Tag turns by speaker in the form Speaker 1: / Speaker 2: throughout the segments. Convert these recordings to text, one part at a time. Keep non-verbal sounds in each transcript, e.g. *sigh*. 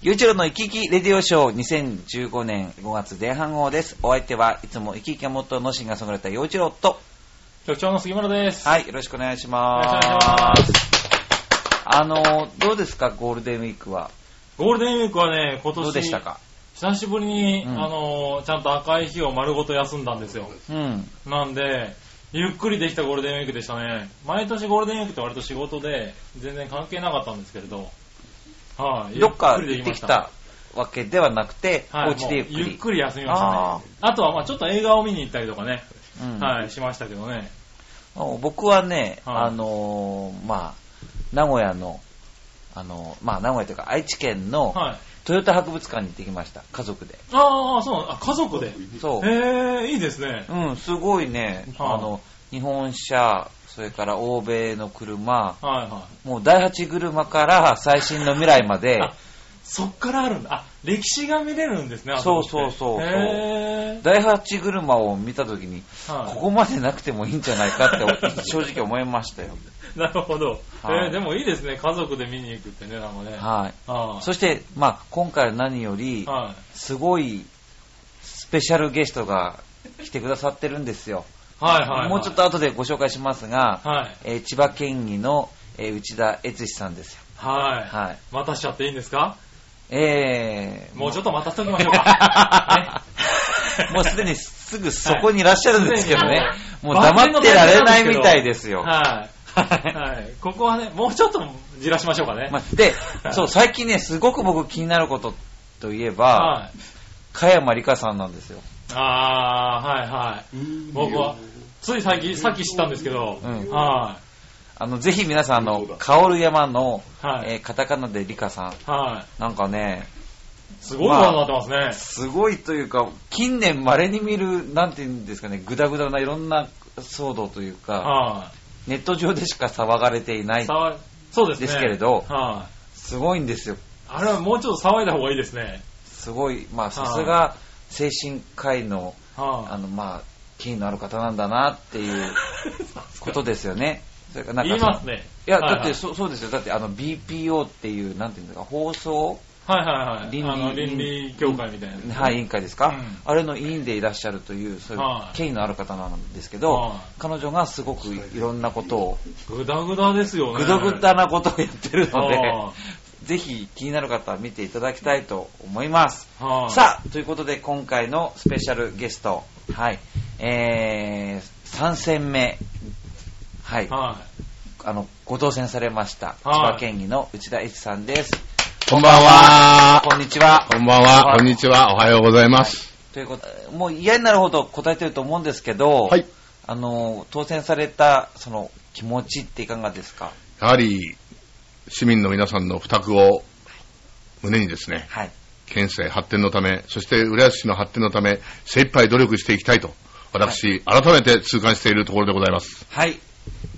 Speaker 1: ゆうちろの生き生きレディオショー2015年5月前半号です。お相手はいつも生き生きがモットーのシンガーソングライター、ゆういちろと。
Speaker 2: 局長の杉村です。
Speaker 1: はい、よろしくお願いしま
Speaker 2: よろ
Speaker 1: す。
Speaker 2: しくお願いします。
Speaker 1: あの、どうですか、ゴールデンウィークは。
Speaker 2: ゴールデンウィークはね、今年、
Speaker 1: どうでしたか
Speaker 2: 久しぶりに、
Speaker 1: うん
Speaker 2: あのー、ちゃんと赤い日を丸ごと休んだんですよ。
Speaker 1: うん。
Speaker 2: なんで、ゆっくりできたゴールデンウィークでしたね。毎年ゴールデンウィークって割と仕事で、全然関係なかったんですけれど、はい、ゆ
Speaker 1: どっか
Speaker 2: くり
Speaker 1: 行
Speaker 2: で
Speaker 1: って
Speaker 2: きま
Speaker 1: き
Speaker 2: した
Speaker 1: わけではなくて、
Speaker 2: はい、
Speaker 1: お家でゆっく
Speaker 2: もうゆ
Speaker 1: り。
Speaker 2: っくり休みましたね。あとは、まあちょっと映画を見に行ったりとかね、
Speaker 1: うん
Speaker 2: はい、しましたけどね。
Speaker 1: あの僕はね、
Speaker 2: はい
Speaker 1: あのーまあ、名古屋の、あのーまあ、名古屋というか愛知県の
Speaker 2: はい。
Speaker 1: トヨタ博物館に行ってきました、家族で。
Speaker 2: ああ、そうなんあ、家族で。
Speaker 1: そ
Speaker 2: へえ、いいですね。
Speaker 1: う。うん、すごいね、
Speaker 2: はい
Speaker 1: あの、日本車、それから欧米の車、
Speaker 2: はいはい。
Speaker 1: もう第8車から最新の未来まで、
Speaker 2: *laughs* あそっからあるんだ。あ、歴史が見れるんですね、あ
Speaker 1: そう
Speaker 2: こって
Speaker 1: そうそうそう
Speaker 2: へ
Speaker 1: 第8車を見たときに、
Speaker 2: ー。はい
Speaker 1: ここまでなくてもいいんじゃないかって
Speaker 2: *laughs*
Speaker 1: 正直思いましたよ。
Speaker 2: なるほど。
Speaker 1: はい
Speaker 2: えーでもいいですね、家族で見に行くってね、なんかね。
Speaker 1: はい。
Speaker 2: はい
Speaker 1: そして、まあ、今回は何より、
Speaker 2: はい。
Speaker 1: すごいスペシャルゲストが来てくださってるんですよ。
Speaker 2: はいはいはい。
Speaker 1: もうちょっと後でご紹介しますが、
Speaker 2: はい。
Speaker 1: えー千葉県議の、えー内田悦史さんですよ。
Speaker 2: はい。
Speaker 1: はい。
Speaker 2: 待たしちゃっていいんですか
Speaker 1: えー、
Speaker 2: もうちょっ
Speaker 1: っ
Speaker 2: と待たせときましょうか。
Speaker 1: *laughs*
Speaker 2: ね
Speaker 1: もうすでにすぐそこにいらっしゃるんですけど
Speaker 2: *laughs*
Speaker 1: ね。
Speaker 2: はい
Speaker 1: もう黙ってられないみたいですよ。
Speaker 2: はい。
Speaker 1: はい
Speaker 2: はい。ここはね、もうちょっとじらしましょうかね。
Speaker 1: まあで、
Speaker 2: はい
Speaker 1: そう、最近ね、すごく僕気になることといえば、
Speaker 2: はい。
Speaker 1: 加山里香さんなんですよ。
Speaker 2: あー、はいはい。僕は、ついさっき、さっき知ったんですけど、
Speaker 1: うん
Speaker 2: は
Speaker 1: あの、ぜひ皆さん、あの、薫山の、
Speaker 2: い。はい。
Speaker 1: えーカタカナで里香さん。
Speaker 2: はい。
Speaker 1: なんかね、
Speaker 2: すごいことになってますね。
Speaker 1: すごいというか、近年稀に見る、なんていうんですかね、ぐだぐだないろんな騒動というか、
Speaker 2: は。
Speaker 1: ネット上でしか騒がれていないい、
Speaker 2: 騒いそうですね。
Speaker 1: ですけれど
Speaker 2: はい。
Speaker 1: すごいんですよ。
Speaker 2: あれはもうちょっと騒いだ方がいいですね。
Speaker 1: すごい、まあ、
Speaker 2: い
Speaker 1: さすが、精神科医の、あ
Speaker 2: は
Speaker 1: の、まあ、権威のある方なんだなっていう *laughs* ことですよね。それから
Speaker 2: い。
Speaker 1: なんか
Speaker 2: 言い
Speaker 1: その
Speaker 2: ますね。
Speaker 1: いや、
Speaker 2: はいはい
Speaker 1: だってそ、そうですよ。だって、あの、BPO っていう、なんていうんですか、放送、
Speaker 2: はいはいはい。
Speaker 1: 倫理
Speaker 2: あの倫理協会みたいなやつ。
Speaker 1: はい、委員会ですか、
Speaker 2: うん
Speaker 1: あれの委員でいらっしゃるという、そういう
Speaker 2: はい
Speaker 1: 権威のある方なんですけど、
Speaker 2: はい
Speaker 1: 彼女がすごくいろんなことを、
Speaker 2: ぐだぐだですよね。
Speaker 1: ぐどぐだなことをやってるので、
Speaker 2: は
Speaker 1: ぜひ気になる方は見ていただきたいと思います。
Speaker 2: い。はい
Speaker 1: さあ、ということで今回のスペシャルゲスト、はい、えー、3戦目、はい、
Speaker 2: は
Speaker 1: あの、ご当選されました、千
Speaker 2: はい
Speaker 1: 葉県議の内田一さんです。
Speaker 3: こんばんは。
Speaker 1: こんにちは。
Speaker 3: こんばん
Speaker 1: は
Speaker 3: は。
Speaker 1: い
Speaker 3: こんにちは。おはようございます。
Speaker 1: ということでもう嫌になるほど答えてると思うんですけど、
Speaker 3: はい。
Speaker 1: あの、当選された、その、気持ちっていかがですか
Speaker 3: やはり、市民の皆さんの負託を胸にですね、
Speaker 1: はい。
Speaker 3: 県政発展のため、そして浦安市の発展のため、精一杯努力していきたいと、私、改めて痛感しているところでございます。
Speaker 1: はい。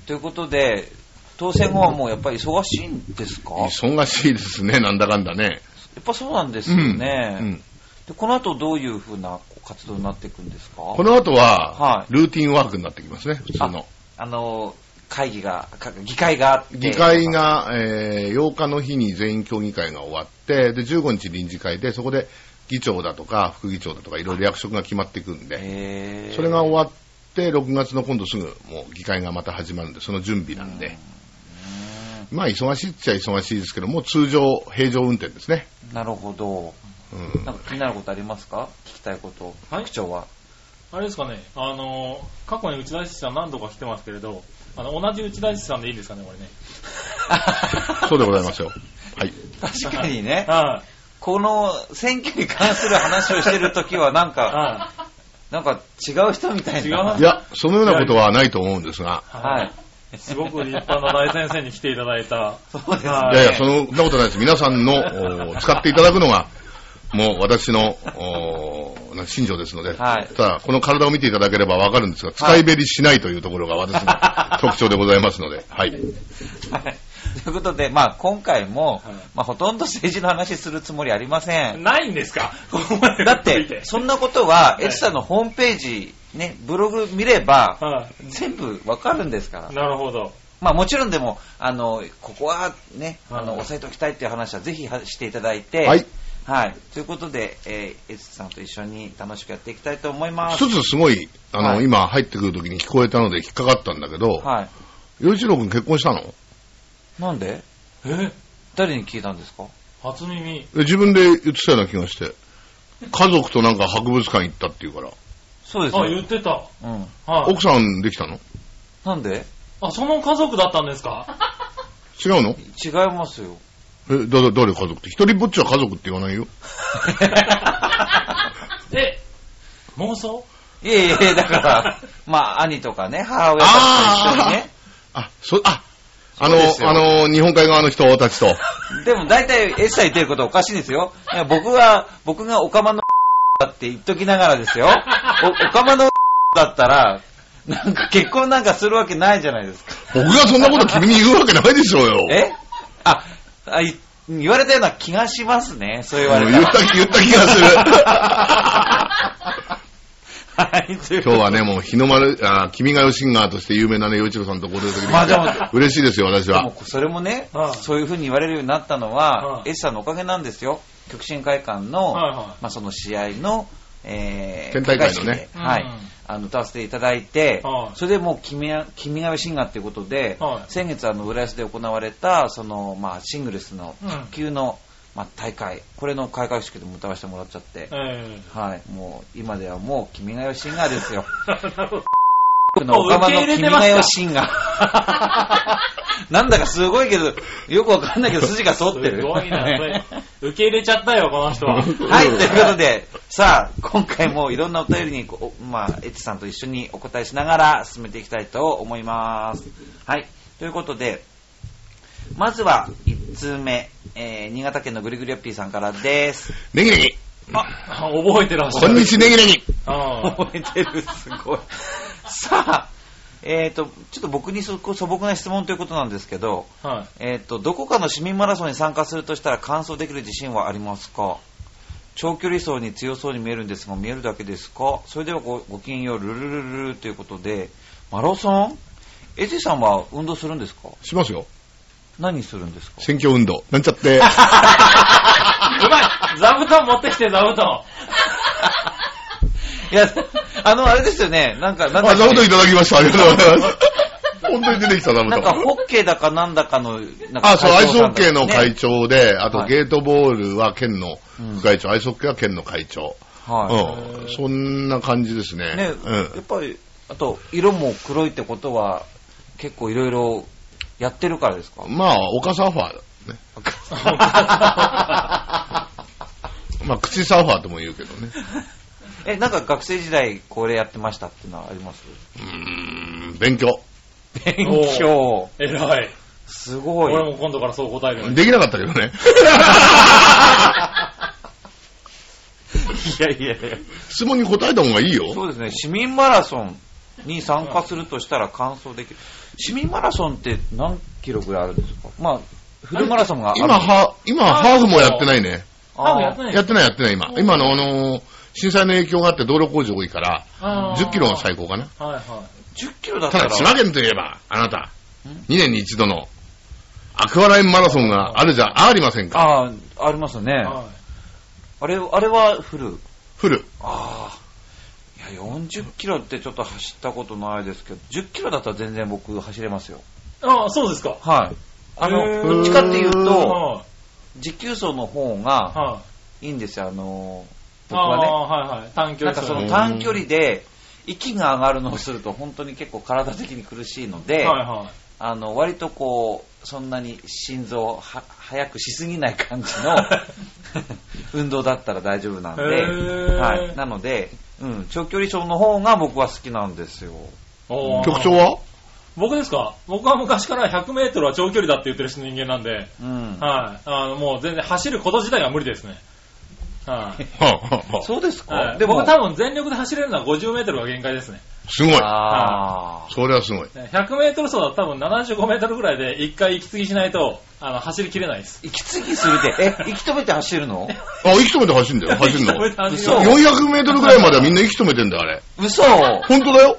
Speaker 1: ということで、当選後はもうやっぱり忙しいんですかやっ
Speaker 3: 忙しいですね、なんだかんだね。
Speaker 1: ぱそうなんです
Speaker 3: う
Speaker 1: よ
Speaker 3: ん。
Speaker 1: ね。
Speaker 3: うん
Speaker 1: でこの後どういうふうなこう活動になっていくんですか
Speaker 3: この後
Speaker 1: は
Speaker 3: は、
Speaker 1: い
Speaker 3: ルーティンワークになってきますね、普通の。
Speaker 1: あの、会議が、か議会があって。
Speaker 3: 議会が、えー8日の日に全員協議会が終わって、で、15日臨時会で、そこで議長だとか、副議長だとか、いろいろ役職が決まっていくんで、
Speaker 1: へー、
Speaker 3: それが終わって、6月の今度すぐ、もう議会がまた始まるんで、その準備なんで、まあ、忙しいっちゃ忙しいですけど、もう通常、平常運転ですね。
Speaker 1: なるほど。
Speaker 3: うん
Speaker 1: なんか気になることありますか聞きたいこと。
Speaker 2: はい
Speaker 1: 区長は。
Speaker 2: あれですかね、あの、過去に内田一さん何度か来てますけれど、あの、同じ内田一さんでいいですかね、これね。
Speaker 3: *laughs* そうでございますよ。はい。
Speaker 1: 確かにね。
Speaker 2: は
Speaker 1: この選挙に関する話をしてるときは、なん
Speaker 2: い。
Speaker 1: か、
Speaker 2: は
Speaker 1: なんか違う人みたい
Speaker 2: 違
Speaker 1: な。
Speaker 2: う
Speaker 3: いや、そのようなことはないと思うんですが、
Speaker 2: い。
Speaker 1: はい。
Speaker 2: すごく立派な大先生に来ていただいた。
Speaker 1: そうです
Speaker 2: はい
Speaker 3: やいや、そんなことないです。皆さんのお使っていただくのが、もう私の、おなんか信条ですので、
Speaker 1: はい
Speaker 3: ただ、この体を見ていただければわかるんですが、使いべりしないというところが私の特徴でございますので、はい。
Speaker 1: はい。ということで、まあ今回も
Speaker 2: はい、
Speaker 1: まあほとんど政治の話するつもりありません。
Speaker 2: *laughs* ないんですかここまで
Speaker 1: だって、そんなことは、
Speaker 2: はい
Speaker 1: エチさんのホームページ、ね、ブログ見れば、
Speaker 2: は
Speaker 1: 全部わかるんですから
Speaker 2: い。。なるほど。
Speaker 1: まあもちろんでも、あの、ここはね、あの、
Speaker 2: はい
Speaker 1: 抑えておきたいっていう話はぜひはしていただいて、
Speaker 3: はい。
Speaker 1: はい。ということで、えー、エツさんと一緒に楽しくやっていきたいと思います
Speaker 3: 一。つすごい、あの、
Speaker 1: はい
Speaker 3: 今入ってくる時に聞こえたので引っかかったんだけど、
Speaker 1: は
Speaker 3: 洋一郎君結婚したの
Speaker 1: い。なんで
Speaker 2: え
Speaker 1: 誰に聞いたんですか
Speaker 2: 初耳。
Speaker 3: え自分で言ってたような気がして、家族となんか博物館行ったっていうから、
Speaker 1: そうです
Speaker 2: あ、言
Speaker 1: よ。
Speaker 2: ってた。
Speaker 1: うん。
Speaker 2: はい。
Speaker 3: 奥さんできたの
Speaker 1: なんで
Speaker 2: あ、その家族だったんですか
Speaker 3: 違うの
Speaker 1: 違います
Speaker 2: *laughs*
Speaker 1: よ。
Speaker 3: え、だ、だ、誰家族って一人ぼっちは家族って言わないよ。
Speaker 2: え妄想
Speaker 1: いやいやいやだから、まあ、兄とかね、母親たちと一緒にね。
Speaker 3: あ、そ、あ、あの
Speaker 1: そうです、よ
Speaker 3: あの、日本海側の人たち
Speaker 1: *laughs*
Speaker 3: と。
Speaker 1: でも大体 S さん言ってることおかしいですよ。いや僕が、僕がオカマのだって言っときながらですよ。お、オカマのだったら、なんか結婚なんかするわけないじゃないですか。
Speaker 3: 僕がそんなこと君に言うわけないでしょうよ。
Speaker 1: えあ、あい言われたような気がしますね。そう言わ
Speaker 3: もう
Speaker 1: れた
Speaker 3: 言っ
Speaker 1: ら。
Speaker 3: た、言った気がする。 *laughs*
Speaker 1: *laughs* はい、ということで
Speaker 3: 今日はね、もう日の丸、あ君が吉川として有名なね、洋一郎さんところできて
Speaker 1: まあでも
Speaker 3: 嬉しいですよ、私
Speaker 1: でも
Speaker 3: は。
Speaker 1: それもね
Speaker 2: うん、
Speaker 1: そういうふうに言われるようになったのは
Speaker 2: う、ん
Speaker 1: S さんのおかげなんですよ。極真会館の、
Speaker 2: はいはい
Speaker 1: まあ、その試合の、え
Speaker 3: 県大会のね
Speaker 1: 開会式ではい
Speaker 2: うん
Speaker 1: あの歌わせていただいて、
Speaker 2: はい
Speaker 1: それでもう君は「君が代シンガー」っていうことで、
Speaker 2: はい
Speaker 1: 先月あの浦安で行われたその、まあ、シングルスの
Speaker 2: うん
Speaker 1: 卓球の、まあ、大会これの開会式でも歌わせてもらっちゃって、
Speaker 2: *laughs* え
Speaker 1: はい、もう今ではもう「君が代シンガー」ですよ。
Speaker 2: えなるほど。
Speaker 1: 僕のおかまの君が代シンガー
Speaker 2: *laughs* た。
Speaker 1: なんだかすごいけど、よくわかんないけど筋が沿ってる。
Speaker 2: すごいな、
Speaker 1: *laughs*
Speaker 2: それ
Speaker 1: は。
Speaker 2: 受け入れちゃったよ、この人は。
Speaker 1: い、ということで、さあ、今回もいろんなお便りに、こうまあ、エッチさんと一緒にお答えしながら進めていきたいと思います。はい、ということで、まずは1通目、えー新潟県のぐりぐりよっぴーさんからです。
Speaker 3: ネギネギ。
Speaker 2: あ、 *laughs* 覚えてらっしゃ
Speaker 3: こ
Speaker 2: る。
Speaker 3: んにちは、ネギネギ。
Speaker 2: あ
Speaker 1: 覚えてる、すごい。さあ、えっ、と、ちょっと僕にそこ素朴な質問ということなんですけど、
Speaker 2: あはい。
Speaker 1: えっ、と、どこかの市民マラソンに参加するとしたら完走できる自信はありますか長距離走に強そうに見えるんですが、見えるだけですかそれではごごきげんよう、ルルルルルということで、マラソンエジさんは運動するんですか
Speaker 3: しますよ。
Speaker 1: 何するんですか
Speaker 3: 選挙運動。なんち
Speaker 1: *laughs*
Speaker 3: ゃって。
Speaker 2: うまい座布団持ってきて、座布団。
Speaker 1: いや、 *laughs* あの、あれですよね、なんか、なん
Speaker 3: あ、
Speaker 1: か、
Speaker 3: 座布団いただきました。ありがとうございます。本当に出てきた、座布
Speaker 1: なんか
Speaker 3: 団。
Speaker 1: ホッケーだかなんだかの、なんか
Speaker 3: あ、そう、アイスホッケーの会
Speaker 1: 長
Speaker 3: 長で、あと
Speaker 1: はい
Speaker 3: ゲートボールは県の副会長、アイスホッケーは県の会長。
Speaker 1: さんね。はい。
Speaker 3: うん。そんな感じですね。
Speaker 1: ね、
Speaker 3: う
Speaker 1: や
Speaker 3: ん
Speaker 1: っ。ぱり、あと、色も黒いってことは、結構いろいろやってるからですか
Speaker 3: まあ、丘サーファー
Speaker 1: *laughs*
Speaker 3: だね。まあ、口サーファーとも言うけどね。
Speaker 1: え、なんか学生時代これやってましたっていうのはあります
Speaker 3: うーん、勉強。
Speaker 1: 勉強。
Speaker 2: 偉い。
Speaker 1: すごい。
Speaker 2: 俺も今度からそう答えるように。
Speaker 3: できなかったけど
Speaker 1: *laughs*
Speaker 3: ね。
Speaker 1: いやいやいや。
Speaker 3: 質問に答えた方がいい
Speaker 1: そ
Speaker 3: よ。
Speaker 1: うですね、市民マラソンに参加するとしたら完走できる。市民マラソンって何キロぐらいあるんですかまあ、フルマラソンがある。
Speaker 3: 今、ハー、今、ハーフもやってないね。
Speaker 2: 多分やっ
Speaker 1: あ
Speaker 2: て
Speaker 1: ー
Speaker 2: ない
Speaker 3: やってない、やってない、今。今の、あのー震災の影響があって道路工事多いから、
Speaker 2: あー
Speaker 3: 10キロが最高かな。
Speaker 2: はいは
Speaker 1: 10キロだったた
Speaker 3: だ、
Speaker 1: ら、
Speaker 3: 千葉県といえば、あなた、2年に一度のアクアラインマラソンがあるじゃありませんか。
Speaker 1: ああ、ありますね
Speaker 2: い。。は
Speaker 1: あれ、あれはフル。
Speaker 3: フル。
Speaker 1: ああ。いや、40キロってちょっと走ったことないですけど、10キロだったら全然僕走れますよ。
Speaker 2: い。ああ、そうですか。
Speaker 1: はい。あ
Speaker 2: へ
Speaker 1: の、
Speaker 2: ー
Speaker 1: どっちかっていうと、
Speaker 2: は
Speaker 1: 持久走の方
Speaker 2: い。
Speaker 1: が
Speaker 2: はい
Speaker 1: いんですよ、あのー、
Speaker 2: い。
Speaker 1: 僕は
Speaker 2: ああー、はいはい。短
Speaker 1: ね。
Speaker 2: 距
Speaker 1: なん
Speaker 2: 離
Speaker 1: か
Speaker 2: 走
Speaker 1: そ
Speaker 2: は
Speaker 1: の
Speaker 2: い
Speaker 1: 短距離で、息が上がるのをすると本当に結構体的に苦しいので、
Speaker 2: は
Speaker 1: あの、割とこう、そんなに心臓をは速くしすぎない感じ
Speaker 2: *laughs*
Speaker 1: の運動だったら大丈夫なんで、
Speaker 2: へー
Speaker 1: はい。なので、うん、長距離走の方が僕は好きなんですよ。
Speaker 2: い。おー
Speaker 3: 局長は
Speaker 2: 僕ですか僕は昔から100メートルは長距離だって言ってる人間なんで、
Speaker 1: うん。
Speaker 2: はい。あの、もう全然走ること自体が無理ですね。はい。
Speaker 3: はあはあはあ
Speaker 1: そうですか、
Speaker 2: はい、
Speaker 1: でも
Speaker 2: 僕多分全力で走れるのは50メートルが限界ですね。
Speaker 3: *laughs* すごい。
Speaker 1: あー
Speaker 3: それはすごい。
Speaker 2: 100メートル走だと多分75メートルぐらいで一回息継ぎしないと、あの、走りきれないです。
Speaker 1: 息継ぎするで、え、息止めて走るの
Speaker 2: *laughs*
Speaker 3: あ、息止めて走るんだよ、走るの。
Speaker 2: 息止めて走り
Speaker 1: 嘘
Speaker 3: 400メートルぐらいまではみんな息止めてんだよ、あれ。
Speaker 1: 嘘
Speaker 3: 本当だよ。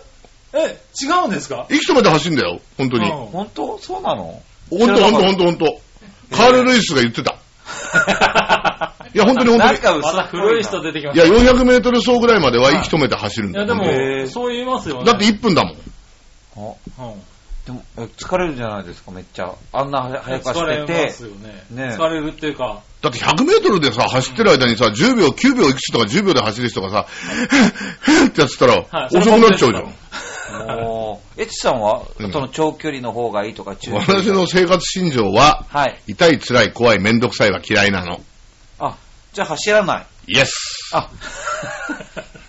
Speaker 2: え、違うんですか
Speaker 3: 生きてまで走るんだよ、本当に。
Speaker 2: うん
Speaker 1: 本当そうなの
Speaker 3: 本当、本当、本当、本当。カール・ルイスが言ってた。いや、本当に本当
Speaker 1: な
Speaker 3: に
Speaker 1: ん。か
Speaker 2: ま
Speaker 1: 薄
Speaker 2: た
Speaker 1: っぽな
Speaker 2: 古い人出てきま
Speaker 3: い
Speaker 2: し
Speaker 3: や、
Speaker 2: た。い
Speaker 3: 400メートル走ぐらいまでは息止めて走るんだ
Speaker 2: や、
Speaker 3: よ。
Speaker 2: で
Speaker 1: へー
Speaker 2: も、そう言いますよね。
Speaker 3: だって1分だもん。
Speaker 1: あ
Speaker 2: うん
Speaker 1: でもえ疲れるじゃないですかめっちゃあんな早く走
Speaker 2: 疲
Speaker 1: って
Speaker 2: れ
Speaker 1: て
Speaker 2: ますよね。
Speaker 1: ね
Speaker 2: 疲れるっていうか、
Speaker 3: だって100メートルでさ、走ってる間にさ、10秒、9秒いくつとか10秒で走る人がさ、 *laughs* へっへっってやってたら、
Speaker 2: はい
Speaker 3: 遅くなっちゃうじゃん。
Speaker 1: おーエッチさんは、
Speaker 3: うん
Speaker 1: その長距離の方がいいとか中距離
Speaker 3: 私の生活心情は、
Speaker 1: はい
Speaker 3: 痛い、辛い、怖い、めんどくさいは嫌いなの。
Speaker 1: あじゃあ走らない
Speaker 3: イエス。
Speaker 1: あ *laughs*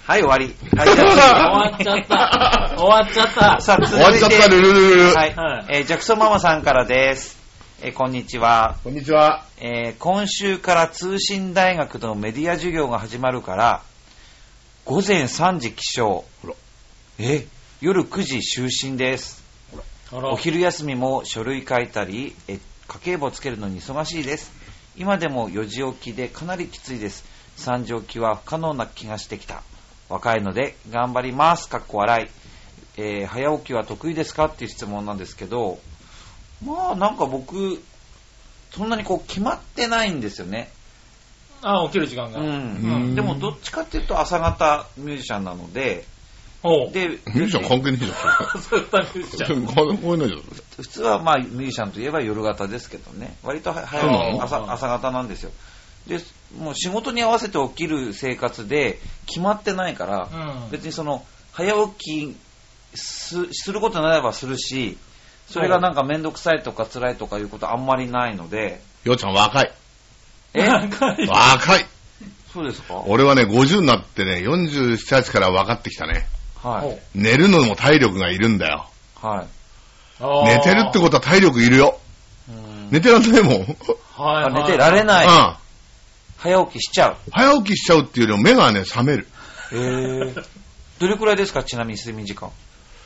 Speaker 1: はい終わりはいじ
Speaker 2: 終
Speaker 1: ゃ
Speaker 2: わっちゃった。終わっちゃった
Speaker 3: *laughs*
Speaker 1: あ。さあ
Speaker 3: 終
Speaker 1: 続
Speaker 3: わっ
Speaker 1: い
Speaker 3: ちゃってた、ルルルルル。
Speaker 1: はい、
Speaker 2: はい
Speaker 1: えージャクソンママさんからです、えーこんにちは
Speaker 3: こんにちは。
Speaker 1: えー今週から通信大学のメディア授業が始まるから、午前3時起床
Speaker 3: ほら。
Speaker 1: え、夜9時就寝です。
Speaker 2: あら
Speaker 1: お昼休みも書類書いたり、え家計簿つけるのに忙しいです。今でも4時起きでかなりきついです。3時起きは不可能な気がしてきた。若いので頑張ります。かっこ笑い。えー早起きは得意ですかっていう質問なんですけど、まあなんか僕、そんなにこう決まってないんですよね。
Speaker 2: あ、起きる時間が。
Speaker 1: う
Speaker 3: うん
Speaker 1: ん。でもどっちかっていうと朝方ミュージシャンなので、
Speaker 2: おう。
Speaker 1: で、
Speaker 3: ミュージシャン関係ねえじ
Speaker 2: *laughs*
Speaker 3: ゃ
Speaker 2: そういうタイプじゃん
Speaker 3: ん。関係ないじゃん。
Speaker 1: 普通はまあミュージシャンといえば夜型ですけどね割とは
Speaker 3: そう
Speaker 1: 早
Speaker 3: ないの
Speaker 1: 朝朝型なんですよでもう仕事に合わせて起きる生活で決まってないから、
Speaker 2: うん
Speaker 1: 別にその早起きすすることになればするしそれがなんか面倒くさいとか辛いとかいうことあんまりないので
Speaker 3: ようちゃん若い。
Speaker 1: え
Speaker 2: 若い。
Speaker 3: *laughs* 若い。
Speaker 1: そうですか
Speaker 3: 俺はね、50になってね、47、8から分かってきたね。
Speaker 1: は
Speaker 2: お
Speaker 1: いう
Speaker 3: 寝るのも体力がいるんだよ。
Speaker 1: はい
Speaker 2: あー
Speaker 3: 寝てるってことは体力いるよ。
Speaker 1: うん
Speaker 3: 寝てらんないもん。うん。
Speaker 2: はい
Speaker 1: あ
Speaker 2: はい。
Speaker 1: 寝てられない、
Speaker 3: 早
Speaker 1: 早起きしちゃう
Speaker 3: 起きしちゃうっていうよりも目がね、覚める。
Speaker 1: えどれくらいですかちなみに睡眠時間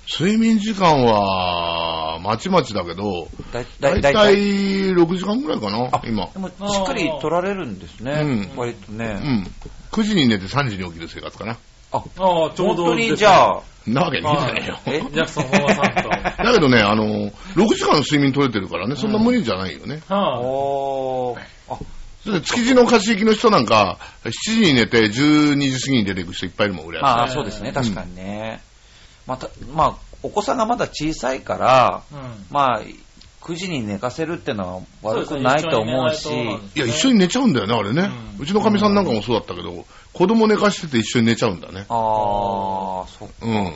Speaker 3: 睡眠時間は、まちまちだけど、
Speaker 1: だい
Speaker 3: だいたい6時間ぐらいかな
Speaker 1: あ、
Speaker 3: 今
Speaker 1: で。もしっかり取られるんですね、
Speaker 3: うん
Speaker 1: 割と
Speaker 3: う
Speaker 1: ね、
Speaker 3: ん。9時に寝て3時に起きる生活かな。
Speaker 2: ああ、ちょう
Speaker 1: 本
Speaker 2: ど。
Speaker 1: 当にじゃあ、
Speaker 3: なわけねえじゃねえよ。
Speaker 1: え
Speaker 2: ジャクソンママさんと。は
Speaker 3: だけどね、あの、6時間睡眠取れてるからね、そんな無理じゃないよね。
Speaker 2: あ。
Speaker 1: おーあ
Speaker 3: だって築地の貸し行きの人なんか、7時に寝て12時過ぎに出ていく人いっぱいいるもん、俺ら。
Speaker 1: まあそうですね、確かにね、またまあ、お子さんがまだ小さいから、
Speaker 2: うん。
Speaker 1: まあ、9時に寝かせるってのは悪くないと思うし、
Speaker 2: そうですね一緒に寝ないと
Speaker 3: いや、一緒に寝ちゃうんだよね、あれね。
Speaker 2: う
Speaker 3: うんちのかみさんなんかもそうだったけど、子供寝かしてて一緒に寝ちゃうんだね。
Speaker 1: ああ、そう
Speaker 3: うん。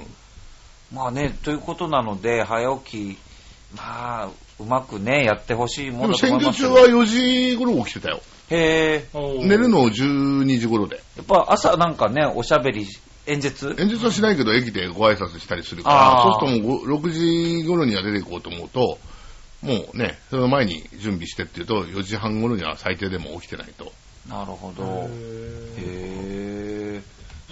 Speaker 1: まあね、ということなので、早起き、まあ、うまくね、やってほしい
Speaker 3: で
Speaker 1: もの
Speaker 3: も
Speaker 1: だと
Speaker 3: 選
Speaker 1: 思い
Speaker 3: 挙
Speaker 1: ますけ
Speaker 3: 中
Speaker 1: ど
Speaker 3: は4時頃起きてたよ。
Speaker 1: へえ、
Speaker 2: おう
Speaker 3: 寝るのを12時頃で。
Speaker 1: やっぱ朝なんかね、おしゃべり、演説
Speaker 3: 演説はしないけど、駅でご挨拶したりするか
Speaker 1: あ
Speaker 3: ら、
Speaker 1: ー
Speaker 3: そうするともうご6時頃には出ていこうと思うと、もうね、その前に準備してっていうと、4時半頃には最低でも起きてないと。
Speaker 1: なるほ
Speaker 2: へ
Speaker 1: ど。へ
Speaker 2: え
Speaker 1: え、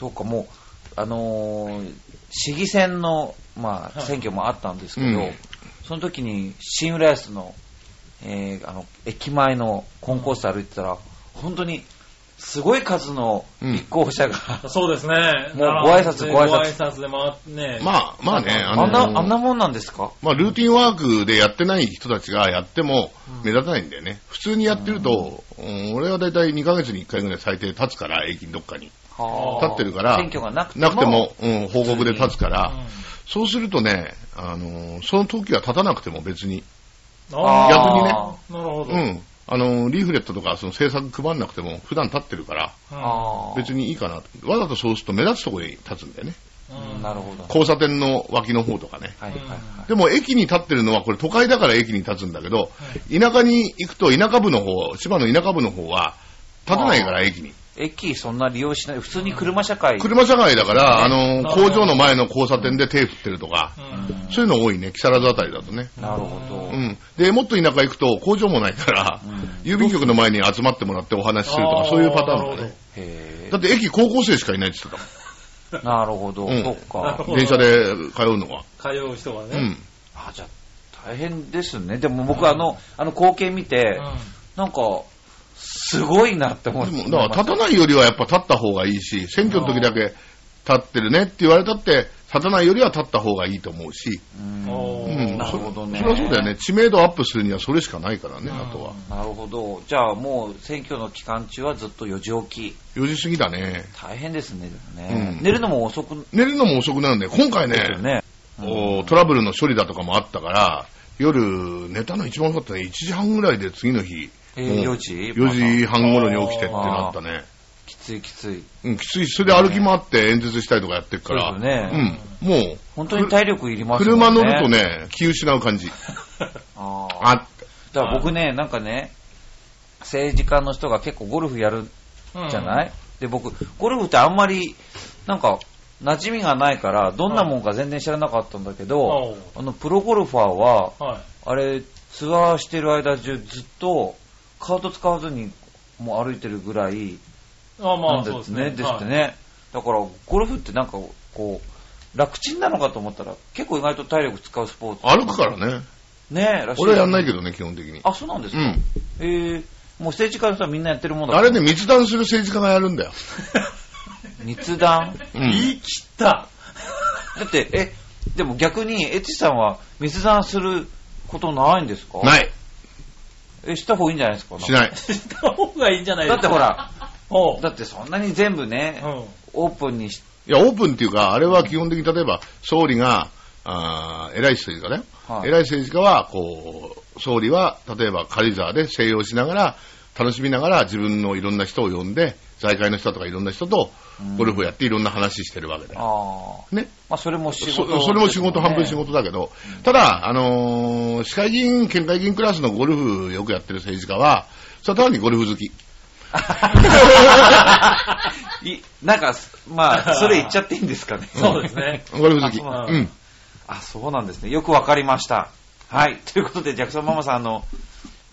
Speaker 1: そうか、もう、あのー市議選の、まあ、
Speaker 2: はい
Speaker 1: 選挙もあったんですけど、
Speaker 3: うん
Speaker 1: その時に新浦安の,、えーあの駅前のコンコース歩いてたら、本当にすごい数の
Speaker 3: うん
Speaker 1: 立候補者が、
Speaker 2: そうですね。
Speaker 1: もうご挨拶ご挨拶
Speaker 2: ご挨拶で回ってね。
Speaker 3: まあ、まあね、あ
Speaker 1: あん
Speaker 3: の
Speaker 1: な、あんなもんなんですか
Speaker 3: まあ、ルーティンワークでやってない人たちがやっても目立たないんだよね。普通にやってると、うん俺はだいたい2ヶ月に1回ぐらい最低立つから、駅のどっかに。
Speaker 1: はあ
Speaker 3: 立ってるから
Speaker 1: 選挙がなくても。
Speaker 3: なくても、うん、報告で立つから、
Speaker 2: う
Speaker 3: そうするとね、あのーその時は立たなくても別に、
Speaker 2: んあ
Speaker 3: 逆にね
Speaker 1: あ
Speaker 2: ーなるほど。
Speaker 3: うん、あのーリーフレットとかその制作配んなくても普段立ってるから、
Speaker 1: あ
Speaker 3: 別にいいかなと。わざとそうすると目立つところに立つんだよね。
Speaker 1: うんうんなるほど。
Speaker 3: 交差点の脇の方とかね。
Speaker 1: はいはいはい。
Speaker 3: でも駅に立ってるのは、これ都会だから駅に立つんだけど、田舎に行くと田舎部の方、千葉の田舎部の方は、立たないから駅に。
Speaker 1: 駅そんな利用しない、普通に車社会。
Speaker 3: 車社会だから、あの、
Speaker 2: あー
Speaker 3: 工場の前の交差点で手振ってるとか、
Speaker 2: うん
Speaker 3: そういうの多いね、木更津あたりだとね。
Speaker 1: なるほど。
Speaker 3: うん。で、もっと田舎行くと工場もないから、郵便局の前に集まってもらってお話しすると
Speaker 2: あ
Speaker 3: か、
Speaker 2: ー
Speaker 3: そういうパターンだ
Speaker 2: なる
Speaker 3: ね。
Speaker 1: へ
Speaker 3: だって駅高校生しかいないって言って
Speaker 1: え。なるほど。
Speaker 3: うん
Speaker 1: そっ
Speaker 2: なる
Speaker 1: か
Speaker 2: ほ。
Speaker 3: たもん。電車で通うのは。
Speaker 2: 通う人が
Speaker 3: う
Speaker 2: ね。
Speaker 3: ん。
Speaker 1: あ、じゃあ、大変ですね。でも僕、あの、あの光景見て、なんか、すごいなって思って。
Speaker 3: でも、だから立たないよりはやっぱ立った方がいいし、選挙の時だけ立ってるねって言われたって、立たないよりは立った方がいいと思うし、
Speaker 1: うん
Speaker 2: お
Speaker 3: う
Speaker 2: ー
Speaker 3: ん、
Speaker 1: なるほどね
Speaker 3: そそれはそうだよね。知名度アップするにはそれしかないからね、
Speaker 2: うん
Speaker 3: あとは。
Speaker 1: なるほど。じゃあもう選挙の期間中はずっと4時起き。
Speaker 3: 4時過ぎだね。
Speaker 1: 大変ですね、でもね。
Speaker 3: うん
Speaker 1: 寝るのも遅く
Speaker 3: 寝るのも遅くなるんで、今回
Speaker 1: ですよ
Speaker 3: ね、
Speaker 1: ね。
Speaker 3: おトラブルの処理だとかもあったから、夜、寝たの一番遅かったね。1時半ぐらいで次の日。
Speaker 1: えー
Speaker 3: も
Speaker 1: 4
Speaker 3: う
Speaker 1: 時
Speaker 3: ?4 時半頃に起きてってなったね。
Speaker 1: きついきつい。
Speaker 3: うん、きつい。それで歩き回って演説したりとかやってるから。
Speaker 1: そうですよね
Speaker 3: うん。もう、
Speaker 1: 本当に体力いりますもんね。
Speaker 3: 車乗ると。ね、気失う感じ。
Speaker 1: あー
Speaker 3: あ、
Speaker 1: だから僕ね、なんかね、政治家の人が結構ゴルフやるじゃない、で、僕、ゴルフってあんまり、なんか、馴染みがないから、どんなもんか全然知らなかったんだけど、あの、プロゴルファーは、
Speaker 2: うんはい。
Speaker 1: あれ、ツアーしてる間中ずっと、カート使わずに、もう歩いてるぐらい、
Speaker 2: あま
Speaker 1: な
Speaker 2: あ、
Speaker 1: ん
Speaker 2: そう
Speaker 1: で
Speaker 2: ですすね。
Speaker 1: ね。ですって
Speaker 2: はい。
Speaker 1: ね。だから、ゴルフってなんか、こう、楽ちんなのかと思ったら、結構意外と体力使うスポーツ。
Speaker 3: 歩くからね。
Speaker 1: ねえ、らしい。
Speaker 3: 俺はやんないけどね、基本的に。
Speaker 1: あ、そうなんです
Speaker 3: う
Speaker 1: か。
Speaker 3: ん。
Speaker 1: えー、もう政治家の人はみんなやってるもんだ
Speaker 3: あれね、密談する政治家がやるんだよ。
Speaker 1: 密談。
Speaker 3: うん。
Speaker 2: 言い切った。
Speaker 1: だって、え、でも逆に、エッチさんは密談することないんですかい。
Speaker 3: ない。
Speaker 1: え、した方がいいんじゃないですか
Speaker 3: しない。
Speaker 2: した方がいいんじゃない
Speaker 1: だってほら、
Speaker 2: おう
Speaker 1: だってそんなに全部ね、
Speaker 2: うん
Speaker 1: オープンにし、
Speaker 3: いや、オープンっていうか、あれは基本的に例えば、総理が、あー偉い政治家ね、
Speaker 1: はい
Speaker 3: 偉い政治家は、こう、総理は、例えば軽井沢で静養しながら、楽しみながら自分のいろんな人を呼んで、財界の人とかいろんな人とゴルフをやっていろんな話してるわけだよ。
Speaker 1: ああ。
Speaker 3: ね。
Speaker 1: まあ、それも仕事、
Speaker 3: そそれも仕事、半分仕。事だけど、ただ、あのー市会議員、県会議員クラスのゴルフよくやってる政治家は、それは単にゴルフ好き。
Speaker 1: いなんか、まあ、それ言っちゃっていいんですか
Speaker 3: *laughs*
Speaker 1: ね。
Speaker 2: そうですね。
Speaker 3: ゴルフ好き。
Speaker 1: あそうな
Speaker 3: う
Speaker 1: んだ
Speaker 3: ん。
Speaker 1: あ、そうなんですね。よくわかりました。はい。ということで、ジャクソンママさん、あの、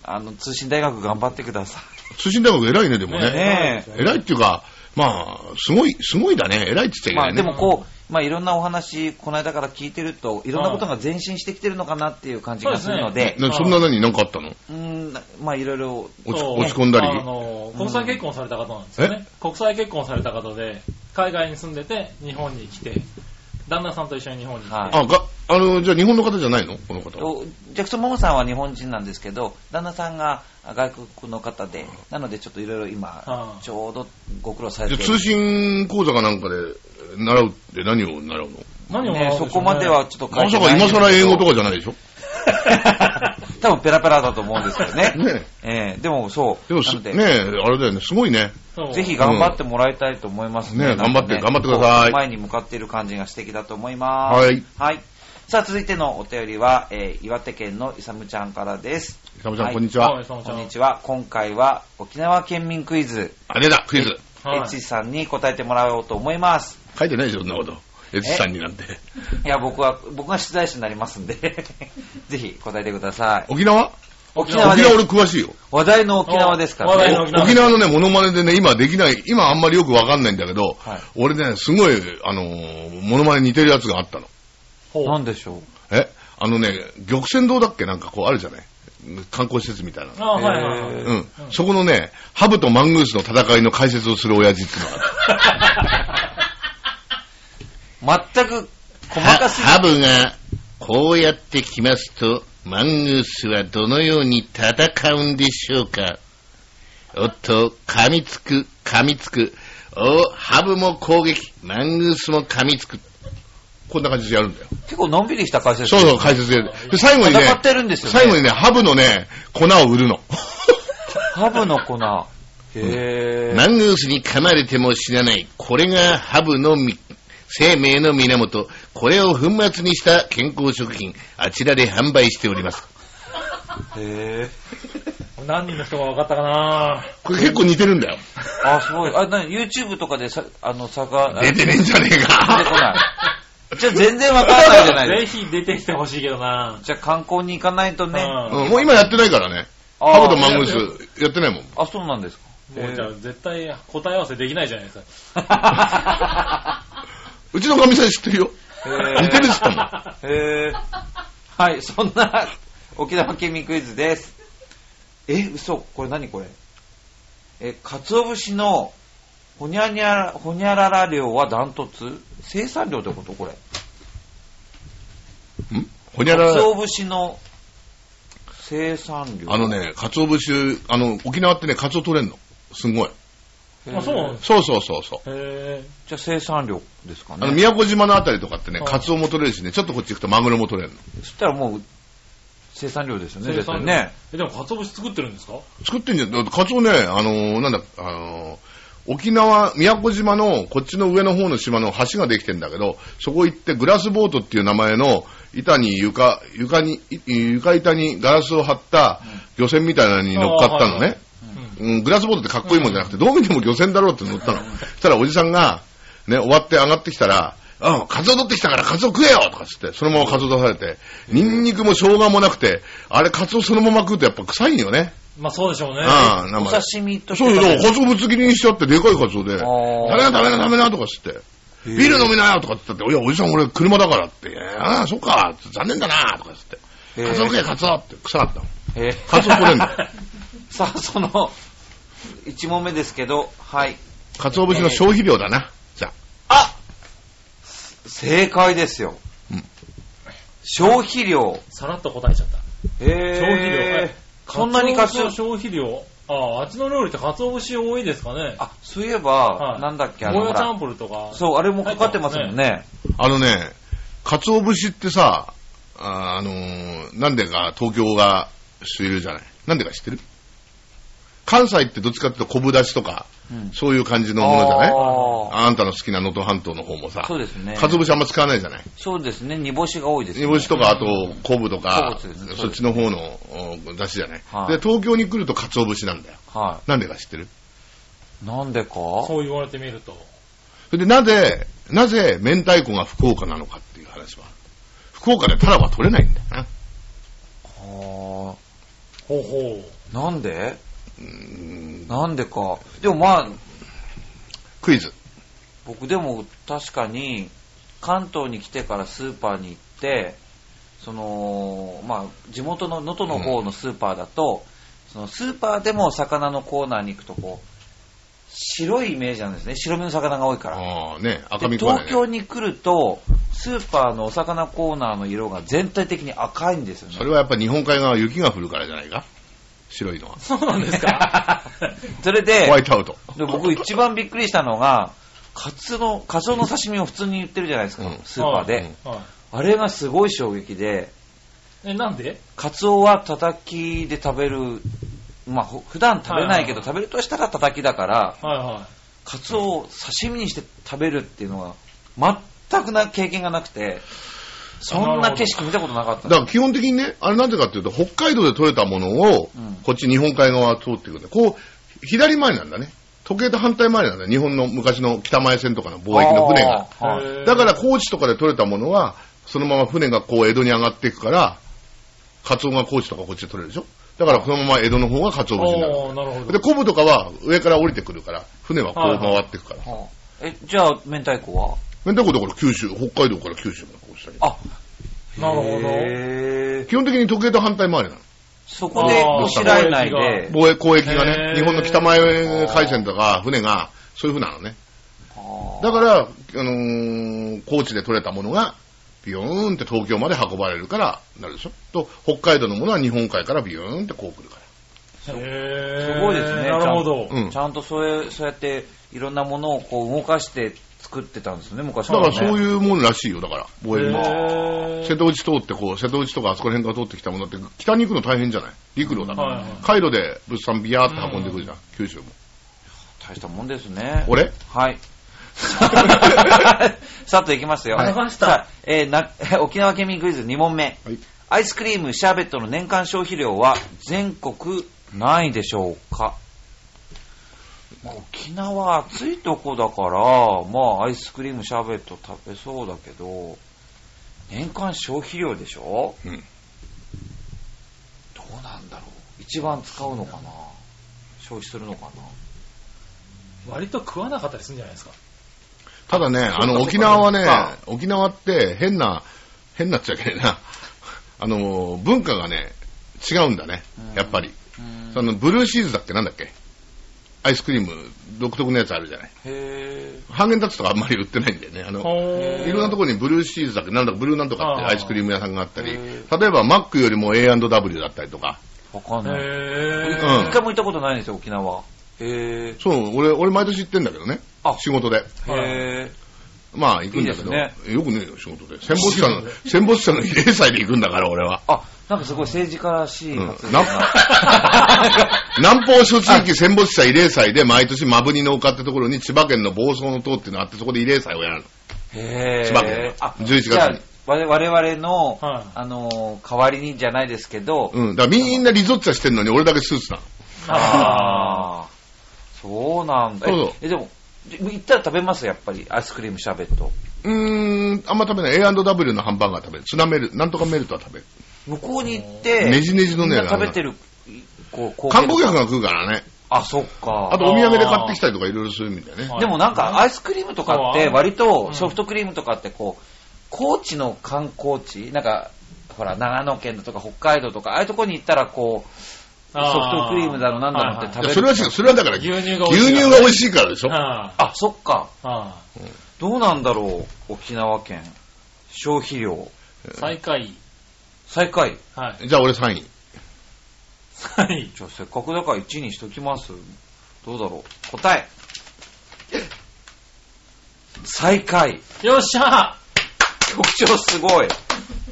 Speaker 1: あの、通信大学頑張ってくださ
Speaker 3: 通信大学偉いね、でもね。
Speaker 1: ねえ
Speaker 3: 偉いっていうか、まあ、すごい、すごいだね。偉いって言っちゃい
Speaker 1: い。
Speaker 3: け
Speaker 1: ま
Speaker 3: な
Speaker 1: あ、
Speaker 3: い
Speaker 1: で
Speaker 3: ね。
Speaker 1: もこう、まあ、いろんなお話、この間から聞いてると、いろんなことが前進してきてるのかなっていう感じがするので、
Speaker 3: なそんな何、なんかあったの
Speaker 1: うーん、まあ、いろいろ、
Speaker 3: 落ち
Speaker 2: そう
Speaker 3: 落ち込んだり
Speaker 2: あの、国際結婚された方なんですよね。国際結婚された方で、海外に住んでて、日本に来て、旦那さんと一緒に日本に来て。
Speaker 1: はい
Speaker 3: あ、が、あの、じゃあ日本の方じゃないのこの方は。
Speaker 1: とジャクソン・モモさんは日本人なんですけど、旦那さんが外国の方で、なのでちょっといろいろ今
Speaker 2: あ、
Speaker 1: ちょうどご苦労され
Speaker 3: じ
Speaker 1: て
Speaker 3: ゃあ
Speaker 1: る。
Speaker 3: 通信講座かなんかで習うって何を習うの
Speaker 2: 何を
Speaker 1: ね、そこまではちょっと書
Speaker 3: ま
Speaker 1: いて
Speaker 3: さ
Speaker 1: な
Speaker 3: か
Speaker 1: いんで
Speaker 3: 今
Speaker 1: すけど
Speaker 3: 更英語とかじゃないでしょ
Speaker 1: *laughs* 多分ペラペラだと思うんですけどね。
Speaker 3: ね
Speaker 1: ええでもそう。
Speaker 3: でも
Speaker 1: な
Speaker 3: す、
Speaker 1: の
Speaker 3: ね
Speaker 1: で
Speaker 3: え、あれだよね。すごいね。
Speaker 1: ぜひ
Speaker 2: が。
Speaker 1: 頑張ってもらいたいと思いますね。
Speaker 3: ねえ
Speaker 1: なんかね
Speaker 3: 頑張って頑張ってください
Speaker 1: こう前に向かっている感じが素敵だと思います。
Speaker 3: はい。
Speaker 1: はい。さあ、続いてのお便りは、えー岩手県のいさむちゃんからです。
Speaker 3: サムちゃ
Speaker 1: は
Speaker 3: ん、
Speaker 1: い
Speaker 3: こんにち
Speaker 2: は。
Speaker 3: はい
Speaker 1: こんにちは。今回は沖縄県民クイズ、
Speaker 3: あれだ、クイズ。
Speaker 1: エッチさんに答えてもらおうと思い
Speaker 2: *laughs*
Speaker 1: ます。
Speaker 3: 書いてないでしょ、そんなこと。エッチさんになんて。
Speaker 1: いや、僕は、僕が出題者になりますんで、 *laughs* ぜひ答えてください。
Speaker 3: 沖縄
Speaker 1: 沖
Speaker 3: 沖縄
Speaker 1: 縄です。
Speaker 3: 俺詳しいよ。
Speaker 1: 話題の沖縄ですから
Speaker 2: お話題
Speaker 1: ね
Speaker 2: の。沖縄
Speaker 3: 沖縄のね、モノマネでね、今できない、今あんまりよくわかんないんだけど、
Speaker 1: はい
Speaker 3: 俺ね、すごい、あのー、モノマネ似てるやつがあったの。
Speaker 2: ほう
Speaker 1: なんでしょう
Speaker 3: えあのね、玉泉堂だっけなんかこうあるじゃない観光施設みたいな
Speaker 2: あ、
Speaker 3: の。
Speaker 2: はいはいはい。
Speaker 1: えー
Speaker 3: うん。そこのね、ハブとマングースの戦いの解説をする親父っていうのがあった。
Speaker 1: 全く細か
Speaker 3: は
Speaker 1: す
Speaker 3: ハブが、こうやって来ますと、マングースはどのように戦うんでしょうか。おっと、噛みつく、噛みつく。おハブも攻撃、マングースも噛みつく。こんな感じでやるんだよ。
Speaker 1: ぎ結構のんびりした解説
Speaker 3: そうそう、解説で。で最後にね、
Speaker 1: 戦ってるんですよね
Speaker 3: 最後にね、ハブのね、粉を売るの。
Speaker 1: ハブの粉。へぇ
Speaker 3: マングースに噛まれても死なない。これがハブのみ生命の源。これを粉末にした健康食品。あちらで販売しております。
Speaker 1: ー。へ
Speaker 2: 何人の人が分かったかな
Speaker 3: これ結構似てるんだよ。
Speaker 1: ー。あ、すごい。あ、なに YouTube とかでさ、あの、差が、あ
Speaker 3: 出
Speaker 1: 出て
Speaker 3: てねえんじゃねえ
Speaker 1: こな
Speaker 3: か。
Speaker 1: い。じゃあ全然わからないじゃない
Speaker 2: ぜ
Speaker 1: ですか。
Speaker 2: ひ出てきてほしいけどな
Speaker 1: じゃあ観光に行かないとね。
Speaker 2: うん
Speaker 3: うんもう今やってないからね。
Speaker 1: あー
Speaker 3: ハブとマングースやってないもん。
Speaker 1: あ、そうなんですか。
Speaker 2: もうじゃあ絶対答え合わせできないじゃないですか。
Speaker 3: うちのかみさん知ってるよ。
Speaker 1: へ
Speaker 3: 似てるっつったもん。
Speaker 1: へぇはい、そんな沖縄県民クイズです。え、嘘これ何これえ、鰹節のほにゃにゃ、ほにゃらら量はダントツ生産量ってことこれ。
Speaker 3: ほにゃら、
Speaker 1: 鰹節の生産量。
Speaker 3: あのね、かつお節、あの、沖縄ってね、かつお取れんの。すごい。
Speaker 1: へー、
Speaker 2: あ、そうなんです
Speaker 3: そうそうそうそう。
Speaker 2: か。へえ。
Speaker 1: じゃあ生産量ですか
Speaker 3: あの、
Speaker 1: ね。
Speaker 3: 宮古島のあたりとかってね、
Speaker 2: はい
Speaker 3: カツオも取れるしね、ちょっとこっち行くとマグロも取れるの。
Speaker 1: そしたらもう、生産量ですよね、
Speaker 2: 生
Speaker 1: 絶
Speaker 2: 産
Speaker 1: 対
Speaker 2: 量
Speaker 1: ね。
Speaker 2: え、でも、鰹節作ってるんですか
Speaker 3: 作ってんじゃん。だってカツオね、あのーなんだ、あのー沖縄、宮古島の、こっちの上の方の島の橋ができてんだけど、そこ行ってグラスボートっていう名前の板に床、床に、い床板にガラスを張った漁船みたいなのに乗っかったの
Speaker 2: あーはいは
Speaker 3: ね。うん、グラスボートってかっこいいもんじゃなくて、どう見ても漁船だろうって乗ったの。そしたらおじさんが、ね、終わって上がってきたら、あ、カツオ取ってきたからカツオ食えよとかっつって、そのままカツオ出されて、ニンニクも生姜もなくて、あれカツオそのまま食うとやっぱ臭いんよね。
Speaker 2: まあ、そうでしょうね。
Speaker 3: ああ、
Speaker 1: お
Speaker 3: 生で。
Speaker 1: 刺身として
Speaker 3: そうよ、だから
Speaker 1: 食
Speaker 3: カツオぶつ切りにしちゃって、でかいカツオで、
Speaker 1: ー
Speaker 3: ダメだ、ダメだ、ダメだとかっつって、
Speaker 1: ー
Speaker 3: ビール飲みなよとかっつって、いや、おじさん俺車だからって、ああ、そっか、残念だなとかっつって、
Speaker 1: べ
Speaker 3: カツオ食え、カツオって臭かったの。
Speaker 1: えーえー
Speaker 3: カツオ取れんの。
Speaker 1: *laughs* さあ、その、1問目ですけど、はい。
Speaker 3: カツオ節の消費量だな。じゃあ
Speaker 1: あ正解ですよ。
Speaker 3: うん
Speaker 1: 消費量。
Speaker 2: さらっと答えちゃった。
Speaker 1: えー、
Speaker 2: 消費量はい。
Speaker 1: そんなにカツ
Speaker 2: 鰹
Speaker 1: オ
Speaker 2: 節の消費量。ああ、あっちの料理って鰹節多いですかね。
Speaker 1: あ、そういえば、
Speaker 2: はい
Speaker 1: なんだっけ、あの、
Speaker 2: ゴー
Speaker 1: ほ
Speaker 2: ヤチャン
Speaker 1: ら、
Speaker 2: プルとか。
Speaker 1: そう、あれもかかってますもんね。
Speaker 3: あのね、かつお節ってさ、あーあのーなんでか東京が主流じゃない。なんでか知ってる関西ってどっちかっていうと昆布だしとか、
Speaker 1: うん
Speaker 3: そういう感じのものじゃない
Speaker 1: あ
Speaker 3: あんたの好きな能登半島の方もさ、
Speaker 1: ーそうですね。
Speaker 3: かつお節あんま使わないじゃない。
Speaker 1: そうですね、煮干しが多いです、ね。
Speaker 3: 煮干しとか、あと昆布とか、
Speaker 1: そうですね
Speaker 3: そっちの方のおだしじゃない。
Speaker 1: はい
Speaker 3: で、東京に来るとかつお節なんだよ。
Speaker 1: は
Speaker 3: なんでか知ってる
Speaker 1: い。なんでか
Speaker 2: そう言われてみると。
Speaker 3: それでなぜ、なぜ明太子が福岡なのかっていう話は。福岡でタラは取れないんだよな。
Speaker 1: は
Speaker 2: ほうほ
Speaker 1: ーなんで
Speaker 3: うん
Speaker 1: なんでか。でもまあ、
Speaker 3: クイズ。
Speaker 1: 僕でも確かに、関東に来てからスーパーに行って、その、まあ、地元の能登の方のスーパーだと、そのスーパーでも魚のコーナーに行くとこう、白いイメージなんですね。白身の魚が多いから。
Speaker 3: ああね、赤
Speaker 1: で
Speaker 3: 身食わない
Speaker 1: 東
Speaker 3: ね
Speaker 1: 京に来ると、スーパーのお魚コーナーの色が全体的に赤いんですよね。
Speaker 3: それはやっぱ日本海側雪が降るからじゃないか白いのは。
Speaker 2: う。そうなんですか
Speaker 1: *laughs* それ
Speaker 3: ホワイ
Speaker 1: で、
Speaker 3: トアウト。
Speaker 1: で僕一番びっくりしたのが、カツの、カツオの刺身を普通に売ってるじゃないですか、
Speaker 3: うん
Speaker 1: スーパーで、
Speaker 3: うん
Speaker 2: は
Speaker 1: あれがすごい衝撃で、
Speaker 2: い。え、なんで
Speaker 1: カツオはたたきで食べる、まあほ普段食べないけど、
Speaker 2: はいはいはい
Speaker 1: 食べるとしたらたたきだから、
Speaker 2: はいは
Speaker 1: カツオを刺身にして食べるっていうのは、全くな経験がなくて、そんな景色見たことなかった
Speaker 3: だ
Speaker 1: んで
Speaker 3: から基本的にね、あれなんでかっていうと、北海道で取れたものを
Speaker 1: うん、
Speaker 3: こっち日本海側通っていくんだこう、左前なんだね。時計と反対前なんだね。日本の昔の北前線とかの貿易の船が。
Speaker 1: あーはい
Speaker 2: い。へー
Speaker 3: だから高知とかで取れたものは、そのまま船がこう江戸に上がっていくから、カツオが高知とかこっちで取れるでしょだからそのまま江戸の方がカツオ節になる。
Speaker 2: おーなるほど。
Speaker 3: で、昆布とかは上から降りてくるから、船はこう回っていくから。
Speaker 1: はあえ、じゃあ、明太子は
Speaker 3: 明太子だから九州、北海道から九州までこうしたり。
Speaker 1: あ、
Speaker 2: なるほど。
Speaker 1: へー
Speaker 3: 基本的に時計と反対回りなの。
Speaker 1: そこで、こうしらえない
Speaker 2: あー
Speaker 1: で、
Speaker 3: 貿易交易が
Speaker 2: へ
Speaker 3: ね、
Speaker 2: ー
Speaker 3: 日本の北前海線とか船が、そういう風なのね。だから、あのー高知で取れたものが、ビヨーンって東京まで運ばれるから、なるでしょと、北海道のものは日本海からビヨーンってこう来るか
Speaker 2: へー
Speaker 1: すごいですね
Speaker 2: なるほど。
Speaker 3: ら。うん。
Speaker 1: ちゃんとそういうそうやって、いろんなものをこう動かして作ってたんですよね、昔
Speaker 3: だからそう
Speaker 1: う。
Speaker 3: いうものらしいよ、だから、貿易は。
Speaker 2: へー
Speaker 3: 瀬戸内通ってこう、瀬戸内とかあそこら辺から通ってきたものって、北に行くの大変じゃない陸路だから。
Speaker 2: はいはい
Speaker 3: 海路で物産ビヤーって運んでくるじゃん、九州も。
Speaker 1: 大したもんですね。
Speaker 3: 俺
Speaker 1: はい。さっといきますよ。
Speaker 2: はいわかりました
Speaker 1: さあえーな沖縄県民クイズ2問目。
Speaker 3: はい
Speaker 1: アイスクリーム、シャーベットの年間消費量は全国何位でしょうか、まあ沖縄暑いとこだから、まあアイスクリーム、シャーベット食べそうだけど、年間消費量でしょ
Speaker 3: うん
Speaker 1: どうなんだろう一番使うのかな消費するのかな
Speaker 2: 割と食わなかったりするんじゃないですか。
Speaker 3: ただね、あ
Speaker 1: そ
Speaker 3: の、
Speaker 1: うか
Speaker 3: 沖縄は
Speaker 1: そ
Speaker 3: ね
Speaker 1: うか、
Speaker 3: 沖縄って変な、変なっちゃいけない *laughs* な。あの、文化がね、違うんだね
Speaker 1: うん、
Speaker 3: やっぱり。
Speaker 1: うーん
Speaker 3: その、ブルーシーズだっけなんだっけアイスクリーム独特のやつあるじゃない。
Speaker 1: へ
Speaker 3: ハーゲンダッツとかあんまり売ってないんだよね。あの、いろんなところにブルーシーズだっけ、なんだかブルーなんとかって
Speaker 2: あー
Speaker 3: アイスクリーム屋さんがあったり、
Speaker 1: へー
Speaker 3: 例えばマックよりも A&W だったりとか、
Speaker 1: ー。わかんない。
Speaker 2: へ
Speaker 3: う
Speaker 1: 一
Speaker 3: ん
Speaker 1: 回も行ったことないんですよ、沖縄。へー。
Speaker 3: そう、俺、俺毎年行ってんだけどね
Speaker 1: あ、
Speaker 3: 仕事で。
Speaker 1: へ
Speaker 3: まあ行くんだけど、
Speaker 1: いいで
Speaker 3: よくねえよ、仕事で。戦没者の、
Speaker 1: *laughs*
Speaker 3: 戦没者の *laughs* 慰霊祭で行くんだから、俺は。
Speaker 1: ー。あ、なんかすごい政治家らし
Speaker 3: う
Speaker 1: い
Speaker 3: ん
Speaker 1: 発言
Speaker 3: な
Speaker 1: が。
Speaker 3: 南方諸地域戦没者慰霊祭で毎年マブニの丘ってところに千葉県の房総の塔っていうのがあってそこで慰霊祭をやるの。
Speaker 1: へー。
Speaker 3: 千葉県
Speaker 1: あ、
Speaker 3: 11月に
Speaker 1: じゃあ我我々の、
Speaker 2: はい
Speaker 1: あのー代わりにじゃないですけど、
Speaker 3: うん。だからみんなリゾッチャしてんのに俺だけスーツなの。
Speaker 2: あ
Speaker 1: ああ、そうなんだ。
Speaker 3: そうそう
Speaker 1: え、でも、で行ったら食べますやっぱり。アイスクリームシャーベット。
Speaker 3: うーん、あんま食べない。A&W のハンバーガー食べる。ツナメル、なんとかメルトは食べる。
Speaker 1: 向こうに行って、
Speaker 3: ねじねじのね
Speaker 1: みんな食べてる、こう、こう
Speaker 3: 観光客が来るからね。
Speaker 1: あ、そっか。
Speaker 3: あとお土産で買ってきたりとかいろいろするみたいね。
Speaker 2: はい
Speaker 1: でもなんか、アイスクリームとかって、
Speaker 2: そう
Speaker 1: 割
Speaker 2: う
Speaker 1: と
Speaker 2: ん
Speaker 1: ソフトクリームとかって、こう、高知の観光地、なんか、ほら、長野県だとか北海道とか、ああいうとこに行ったら、こう、ソ
Speaker 2: あー
Speaker 1: フトクリームだろうなんだろうって
Speaker 3: い
Speaker 1: 食
Speaker 3: や
Speaker 1: べ
Speaker 3: それ
Speaker 1: る。
Speaker 3: は違う。それはだから、
Speaker 2: 牛
Speaker 3: 牛
Speaker 2: 乳
Speaker 3: 乳
Speaker 2: が
Speaker 3: が
Speaker 2: 美味しいから
Speaker 3: 美味しいからでしょ。
Speaker 2: あ
Speaker 1: あ、そっか。
Speaker 2: あ
Speaker 1: どうなんだろう、沖縄県。消費量。
Speaker 2: 最下位。
Speaker 1: 最下位。
Speaker 2: はい。
Speaker 3: じゃあ俺3位。
Speaker 2: 3位。
Speaker 1: じゃあ、せっかくだから1にしときます。どうだろう。答え。最下位。
Speaker 2: よっしゃ
Speaker 1: 局長すごい。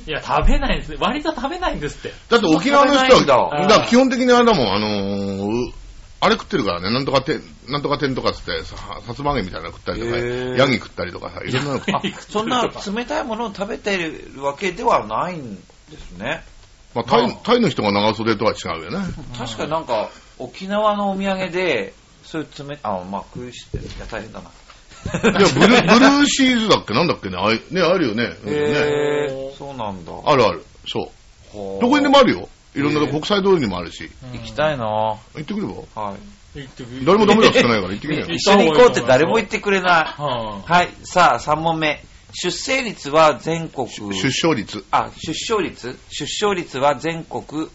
Speaker 2: いや、食べないです。割と食べないんですって。
Speaker 3: だって沖縄の人
Speaker 1: 食べないん
Speaker 3: は
Speaker 2: だ、
Speaker 3: だから基本的にあれだもん、あのーうあれ食ってるからね、なんとか天、なんとか天とかっつって、ささつま揚げみたいなの食ったりとか、
Speaker 1: へー
Speaker 3: ヤギ食ったりとかさ、いろんなの
Speaker 1: *laughs*
Speaker 3: 食っ
Speaker 1: あそんな冷たいものを食べてるわけではないんですね。
Speaker 3: まあ、タイタイの人が長袖とは違うよ
Speaker 1: *laughs*
Speaker 3: ね。
Speaker 1: 確かになんか、沖縄のお土産で、そういう冷たあ、まあ、食いして、いや、大変だな。
Speaker 3: いや、ブルブル
Speaker 1: *laughs*
Speaker 3: ーシーズだっけなんだっけねあいね、あるよね。うんね
Speaker 1: へ
Speaker 2: ね
Speaker 1: ー、そうなんだ。
Speaker 3: あるある。そう。
Speaker 1: ど
Speaker 3: どこにでもあるよ。いろんな
Speaker 1: へ
Speaker 3: と
Speaker 1: ー
Speaker 3: こ国際通りにもあるし。
Speaker 2: 行
Speaker 1: 行きたいなは
Speaker 3: 行ってくれば
Speaker 1: い。
Speaker 2: い。
Speaker 3: 誰もダメだっつってないから行ってきな
Speaker 1: *laughs*
Speaker 3: よ。
Speaker 1: 一緒に行こうって誰も言ってくれない。
Speaker 2: は
Speaker 1: はい、さあ、3問目。出生率は全国。
Speaker 3: 出生率。
Speaker 1: あ、出生率出生率は全国。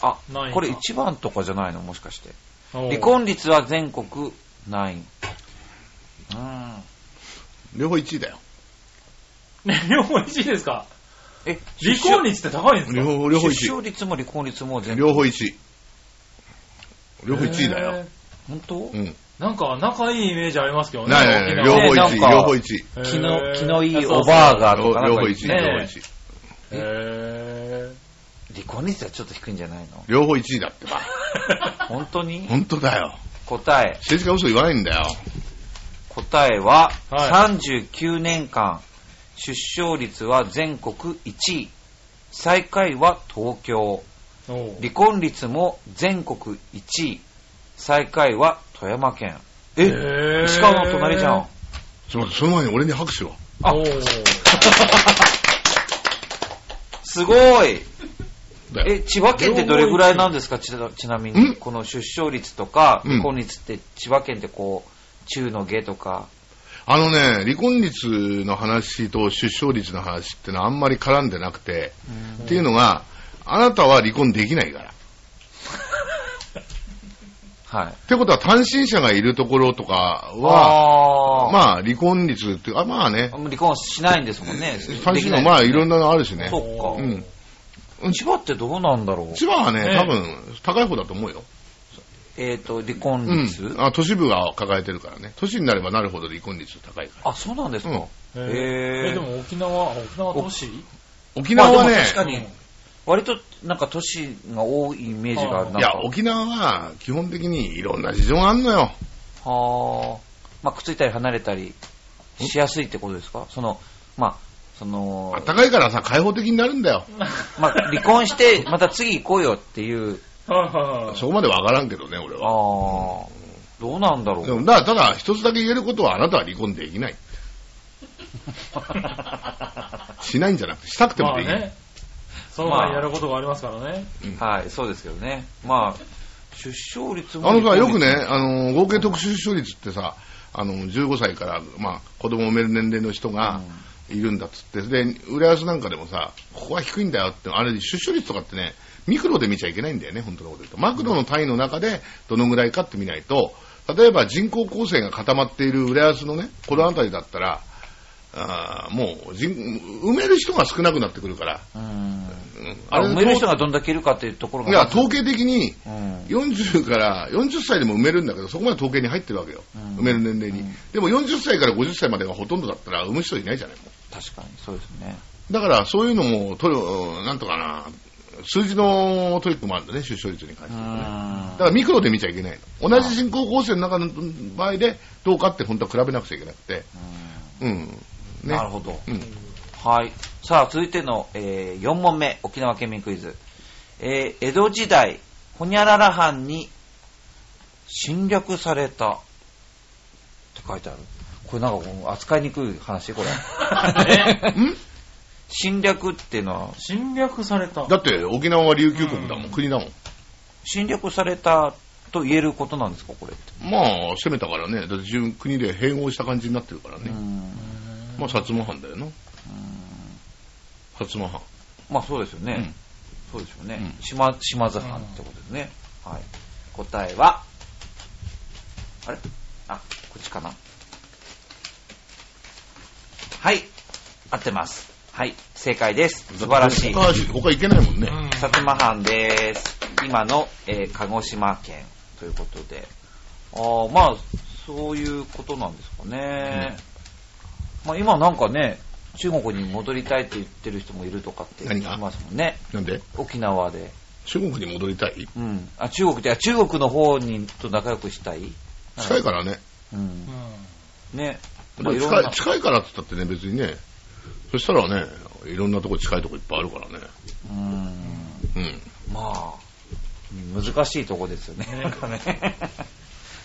Speaker 1: あ
Speaker 2: ない、な
Speaker 1: これ1番とかじゃないのもしかして。
Speaker 2: あ
Speaker 1: 離婚率は全国ない。うん。
Speaker 3: 両方1位だよ。
Speaker 2: ね、両方1位ですか
Speaker 1: え、
Speaker 2: 離婚率って高いんです
Speaker 3: 両
Speaker 2: か
Speaker 3: 方、
Speaker 1: 出
Speaker 3: 両
Speaker 1: 生
Speaker 3: 方1
Speaker 1: 出
Speaker 3: 位。
Speaker 1: 生率も離婚率も全国。
Speaker 3: 両方1位。両方1位だ
Speaker 2: へ
Speaker 3: よ
Speaker 2: ー。。
Speaker 1: 本当、
Speaker 3: うん。
Speaker 2: なんか、仲いいイメージありますけどね。
Speaker 3: ないないない。両
Speaker 2: 沖縄
Speaker 3: 方1
Speaker 1: ね
Speaker 3: 位。
Speaker 1: なんか
Speaker 3: 両方1位。
Speaker 2: へー
Speaker 1: 気の、気のいい
Speaker 2: そうそう
Speaker 1: おばあがとかなん
Speaker 3: 両
Speaker 1: か言
Speaker 3: 方
Speaker 1: っ
Speaker 3: 一
Speaker 1: て
Speaker 3: 位、
Speaker 2: ね
Speaker 3: 両
Speaker 1: ね
Speaker 3: 方一位。
Speaker 2: へ
Speaker 1: 離婚率はちょっと低いんじゃないの
Speaker 3: 両方一位だってば。
Speaker 1: 本当に
Speaker 3: 本当だよ。
Speaker 1: 答え。
Speaker 3: 政治家嘘言わないんだよ。
Speaker 1: 答えは、
Speaker 2: は
Speaker 1: 39年間、出生率は全国1位。最下位は東京。
Speaker 2: ーおう
Speaker 1: 離婚率も全国1位。最下位は富山県。え
Speaker 2: へー
Speaker 1: 石川の隣じゃん。
Speaker 3: ちょっと待って、その前に俺に拍手を。
Speaker 1: あ
Speaker 2: おう
Speaker 1: すごい
Speaker 3: だ
Speaker 1: *laughs*
Speaker 3: よ
Speaker 1: え、千葉県ってどれぐらいなんですかちなちなみに。
Speaker 3: ん
Speaker 1: この出生率とか、
Speaker 3: うん
Speaker 1: 離婚率って千葉県ってこう、中の下とか。
Speaker 3: あのね、離婚率の話と出生率の話ってのはあんまり絡んでなくて、っていうのが、あなたは離婚できないから。っ
Speaker 1: はい。
Speaker 3: てことは単身者がいるところとかは、
Speaker 1: あー
Speaker 3: まあ離婚率っていうか、あまあね、
Speaker 1: 離婚はしないんですもんね。
Speaker 3: 単
Speaker 1: で
Speaker 3: 身
Speaker 1: きな
Speaker 3: 者
Speaker 1: い
Speaker 3: まあいろんなのあるしね。
Speaker 1: そっか。
Speaker 3: うん。
Speaker 1: 千葉ってどうなんだろう
Speaker 3: 千葉はね、
Speaker 2: ね
Speaker 3: 多分高い方だと思うよ。
Speaker 1: えっ、と、離婚
Speaker 3: うん
Speaker 1: 率、。
Speaker 3: あ都市部が抱えてるからね。都市になればなるほど離婚率高いから。
Speaker 1: あ、そうなんですか。
Speaker 3: うん
Speaker 2: へ
Speaker 1: へー
Speaker 2: え、でも沖縄、沖縄都市
Speaker 3: 沖縄は
Speaker 1: まあで
Speaker 3: ね
Speaker 1: も、確かに、割となんか都市が多いイメージがあるな
Speaker 2: う
Speaker 1: いん
Speaker 3: や
Speaker 1: か、
Speaker 3: 沖縄は基本的にいろんな事情があんのよ。
Speaker 1: はあ。まあ、くっついたり離れたりしやすいってことですかその、まあ、その、
Speaker 3: 暖かいからさ、開放的になるんだよ。
Speaker 1: まあ、
Speaker 2: *laughs*
Speaker 1: 離婚して、また次行こうよっていう、
Speaker 2: はいはいはい
Speaker 3: そこまでわからんけどね、俺
Speaker 1: ああ
Speaker 3: は。、
Speaker 1: どうなんだろ
Speaker 3: で
Speaker 1: う。
Speaker 3: もだから、ただ一つだけ言えることは、あなたは離婚できない。しないんじゃなくて、したくて
Speaker 2: ま
Speaker 3: も
Speaker 2: あ
Speaker 3: できない。
Speaker 2: ね、その前にやることがありますからね。
Speaker 1: はい、そうですけどね。まあ、出生率も
Speaker 3: あ、のさ、よくね、
Speaker 1: 離婚率も
Speaker 3: あの、合計特殊出生率ってさ、あの、15歳から、まあ、子供を産める年齢の人がいるんだっつって、で、浦安なんかでもさ、ここは低いんだよって、あれ、出生率とかってね、ミクロで見ちゃいけないんだよね、本当のこと言うと。マクロの単位の中でどのぐらいかって見ないと、例えば人口構成が固まっている浦安のね、この辺りだったら、あーもう人埋める人が少なくなってくるから、
Speaker 1: うん。
Speaker 3: うん
Speaker 1: あれ埋める人
Speaker 3: が
Speaker 1: がどんだけいるかっていうところが。
Speaker 3: いや統計的に
Speaker 1: うん。
Speaker 3: 40から40歳でも埋めるんだけど、そこまで統計に入ってるわけよ、
Speaker 1: うん
Speaker 3: 埋める年齢に、
Speaker 1: うん
Speaker 3: でも40歳から50歳までがほとんどだったら、産む人いないじゃない、も
Speaker 1: 確かに、そうですね。
Speaker 3: うだからそういうのも取る、うんなんとかな、数字のトリックもあるんだね、出生率に関して
Speaker 1: う
Speaker 3: はね。
Speaker 1: ん
Speaker 3: だからミクロで見ちゃいけないの同じ人口構成の中の場合で、どうかって本当は比べなくちゃいけなくて、うん、ね、
Speaker 1: なるほど。
Speaker 3: うん、
Speaker 1: はい。さあ、続いての、え4問目、沖縄県民クイズ。えー江戸時代、ホニャララ藩に侵略された。って書いてある。これなんかこう扱いにくい話、これ。
Speaker 2: *laughs*
Speaker 3: *laughs* ん
Speaker 1: 侵略っていうのは、
Speaker 2: 侵略された。
Speaker 3: だって沖縄は琉球国だもん、国だもん、
Speaker 1: 侵略されたと言えることなんですか、これって。
Speaker 3: まあ攻めたからね、だって自分国で併合した感じになってるからね、
Speaker 1: うん
Speaker 3: まあ薩摩藩だよな、薩摩藩、
Speaker 1: まあそうですよね。そうですよね。
Speaker 3: うん
Speaker 1: 島、島津藩ってことですね。はい。答えは、あれあ、こっちかな。はい。合ってます。はい。正解です。素晴らしい。
Speaker 3: 他他行けないもんね、
Speaker 2: うん
Speaker 1: 薩摩藩です。今の、えー鹿児島県ということで。あーまあ、そういうことなんですかね。まあ今なんかね、中国に戻りたいって言ってる人もいるとかって言い
Speaker 3: 何が
Speaker 1: ますもんね。
Speaker 3: なんで
Speaker 1: 沖縄で。
Speaker 3: 中国に戻りたい、
Speaker 1: うん。あ、中国で、あ中国の方にと仲良くしたい。
Speaker 3: 近いからね、
Speaker 1: うん。ね。まあいろん
Speaker 3: 近
Speaker 1: ない
Speaker 3: 近いからって言ったってね、別にね、そしたらね、いろんなとこ近いとこいっぱいあるからね、
Speaker 1: うん。
Speaker 3: うん。
Speaker 1: まあ、難しいとこですよね。なんかね。 *laughs*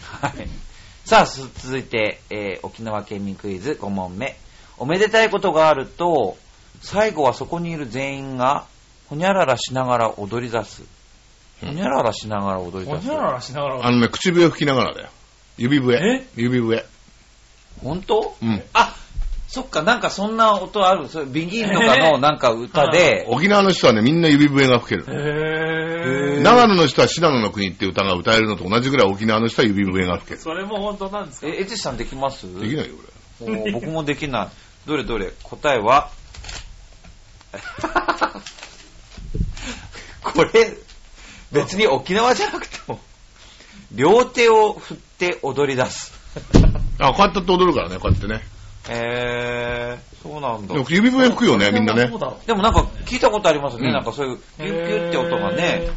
Speaker 1: はい。さあ、す続いて、えー沖縄県民クイズ5問目。おめでたいことがあると、最後はそこにいる全員が、ほにゃららしながら踊り出す。
Speaker 3: う
Speaker 1: ほ
Speaker 3: ん
Speaker 1: にゃららしながら踊り
Speaker 2: お
Speaker 1: 出
Speaker 2: に
Speaker 1: す
Speaker 2: ゃ。ららしなが
Speaker 3: あ
Speaker 2: ら、
Speaker 3: のね、口笛吹きながらだよ。指笛
Speaker 2: え。
Speaker 3: 指笛。
Speaker 1: 本当
Speaker 3: うん。
Speaker 1: あ、そっか、なんかそんな音ある。それビギンとか
Speaker 3: *laughs*
Speaker 1: のなんか歌で、
Speaker 3: 沖縄の人はね、みんな指笛が吹ける。
Speaker 2: へ
Speaker 3: 長野の人は信濃の国って歌が歌えるのと同じぐらい沖縄の人は指笛が吹ける。
Speaker 2: それも本当なんですか
Speaker 1: え、エチさんできます
Speaker 3: できないよ、
Speaker 1: もう僕もできない。どれどれ答えは *laughs* これ、別に沖縄じゃなくても、両手を振って踊り出す。
Speaker 3: 俺。あ、こうやって踊るからね、こうやってね。
Speaker 1: えー、そうなんだ
Speaker 3: でも。指笛吹くよね、みんなね
Speaker 2: そ。うだろ
Speaker 1: でもなんか聞いたことありますね。
Speaker 3: うん
Speaker 1: なんかそういう、
Speaker 2: う
Speaker 1: ピュッピュッって音がね。。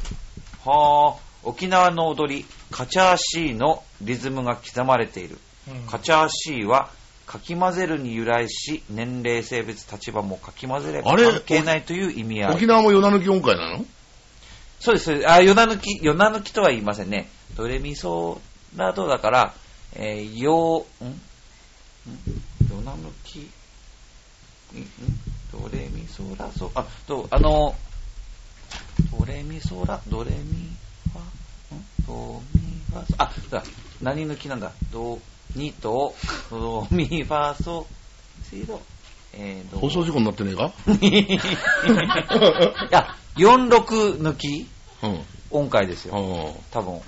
Speaker 1: はー、沖縄の踊り、カチャーシーのリズムが刻まれている。
Speaker 2: へー
Speaker 1: カチャーシーは、かき混ぜるに由来し、年齢、性別、立場もかき混ぜれば
Speaker 3: あれ
Speaker 1: 関係ないという意味合い
Speaker 3: 沖。縄も夜な抜き音階なの
Speaker 1: そうですそうです。あ、夜な抜き、夜な抜きとは言いませんね。ドレミソラドだから、えー、よんん夜な抜き、んんドレミソラソ、あ、と、あの、ドレミソラ、ドレミファ、んドミファソ、あ、そうだ、何抜きなんだ。ド、ニと、ドミファソ、シド、えー、ド
Speaker 3: 放
Speaker 1: *laughs*
Speaker 3: 送事故になってねえか
Speaker 1: いや、46抜き
Speaker 3: *laughs* うん。
Speaker 1: 音階ですよ。
Speaker 3: う
Speaker 1: 多分、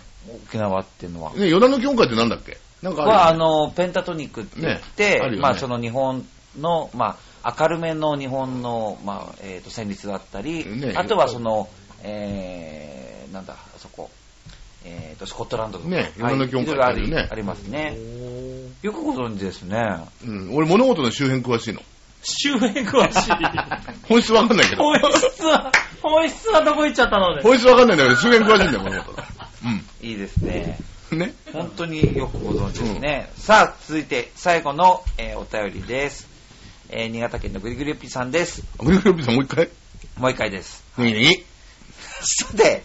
Speaker 1: 沖縄っていうのは。
Speaker 3: ん。ね、夜な抜き音階ってなんだっけなんか
Speaker 1: は、
Speaker 3: あ
Speaker 1: あ
Speaker 3: るよね
Speaker 1: の、ペンタトニックって言って、
Speaker 3: ねあるよね
Speaker 1: まあ、その日本の、まあ、明るめの日本の、まあ、えっ、と、旋律だったり、
Speaker 3: ね
Speaker 1: あとはその、えー、なんだ、あそこ、えっ、と、スコットランドとか、
Speaker 3: ね
Speaker 1: はい
Speaker 3: いろんな教会
Speaker 1: いろいろあ
Speaker 3: あるよね
Speaker 1: りありますね。よくご存知ですね。
Speaker 3: うん。俺物事の周辺詳しいの。
Speaker 2: 周辺詳しい。
Speaker 3: 本質わか
Speaker 1: *laughs*
Speaker 3: んないけど
Speaker 2: 本。質は、本質はどこ行っちゃったのね。
Speaker 3: 本質わかんないんだけど、周辺詳しいんだよ、物事が。
Speaker 1: いいですね。
Speaker 3: うん。ね。
Speaker 1: 本当によくご存知ですね。さあ、続いて最後の、えーお便りです。えー新潟県のぐりぐりぴさんです。
Speaker 3: グリグリピさんもう一回
Speaker 1: もう一回です。
Speaker 3: 何何
Speaker 1: さて、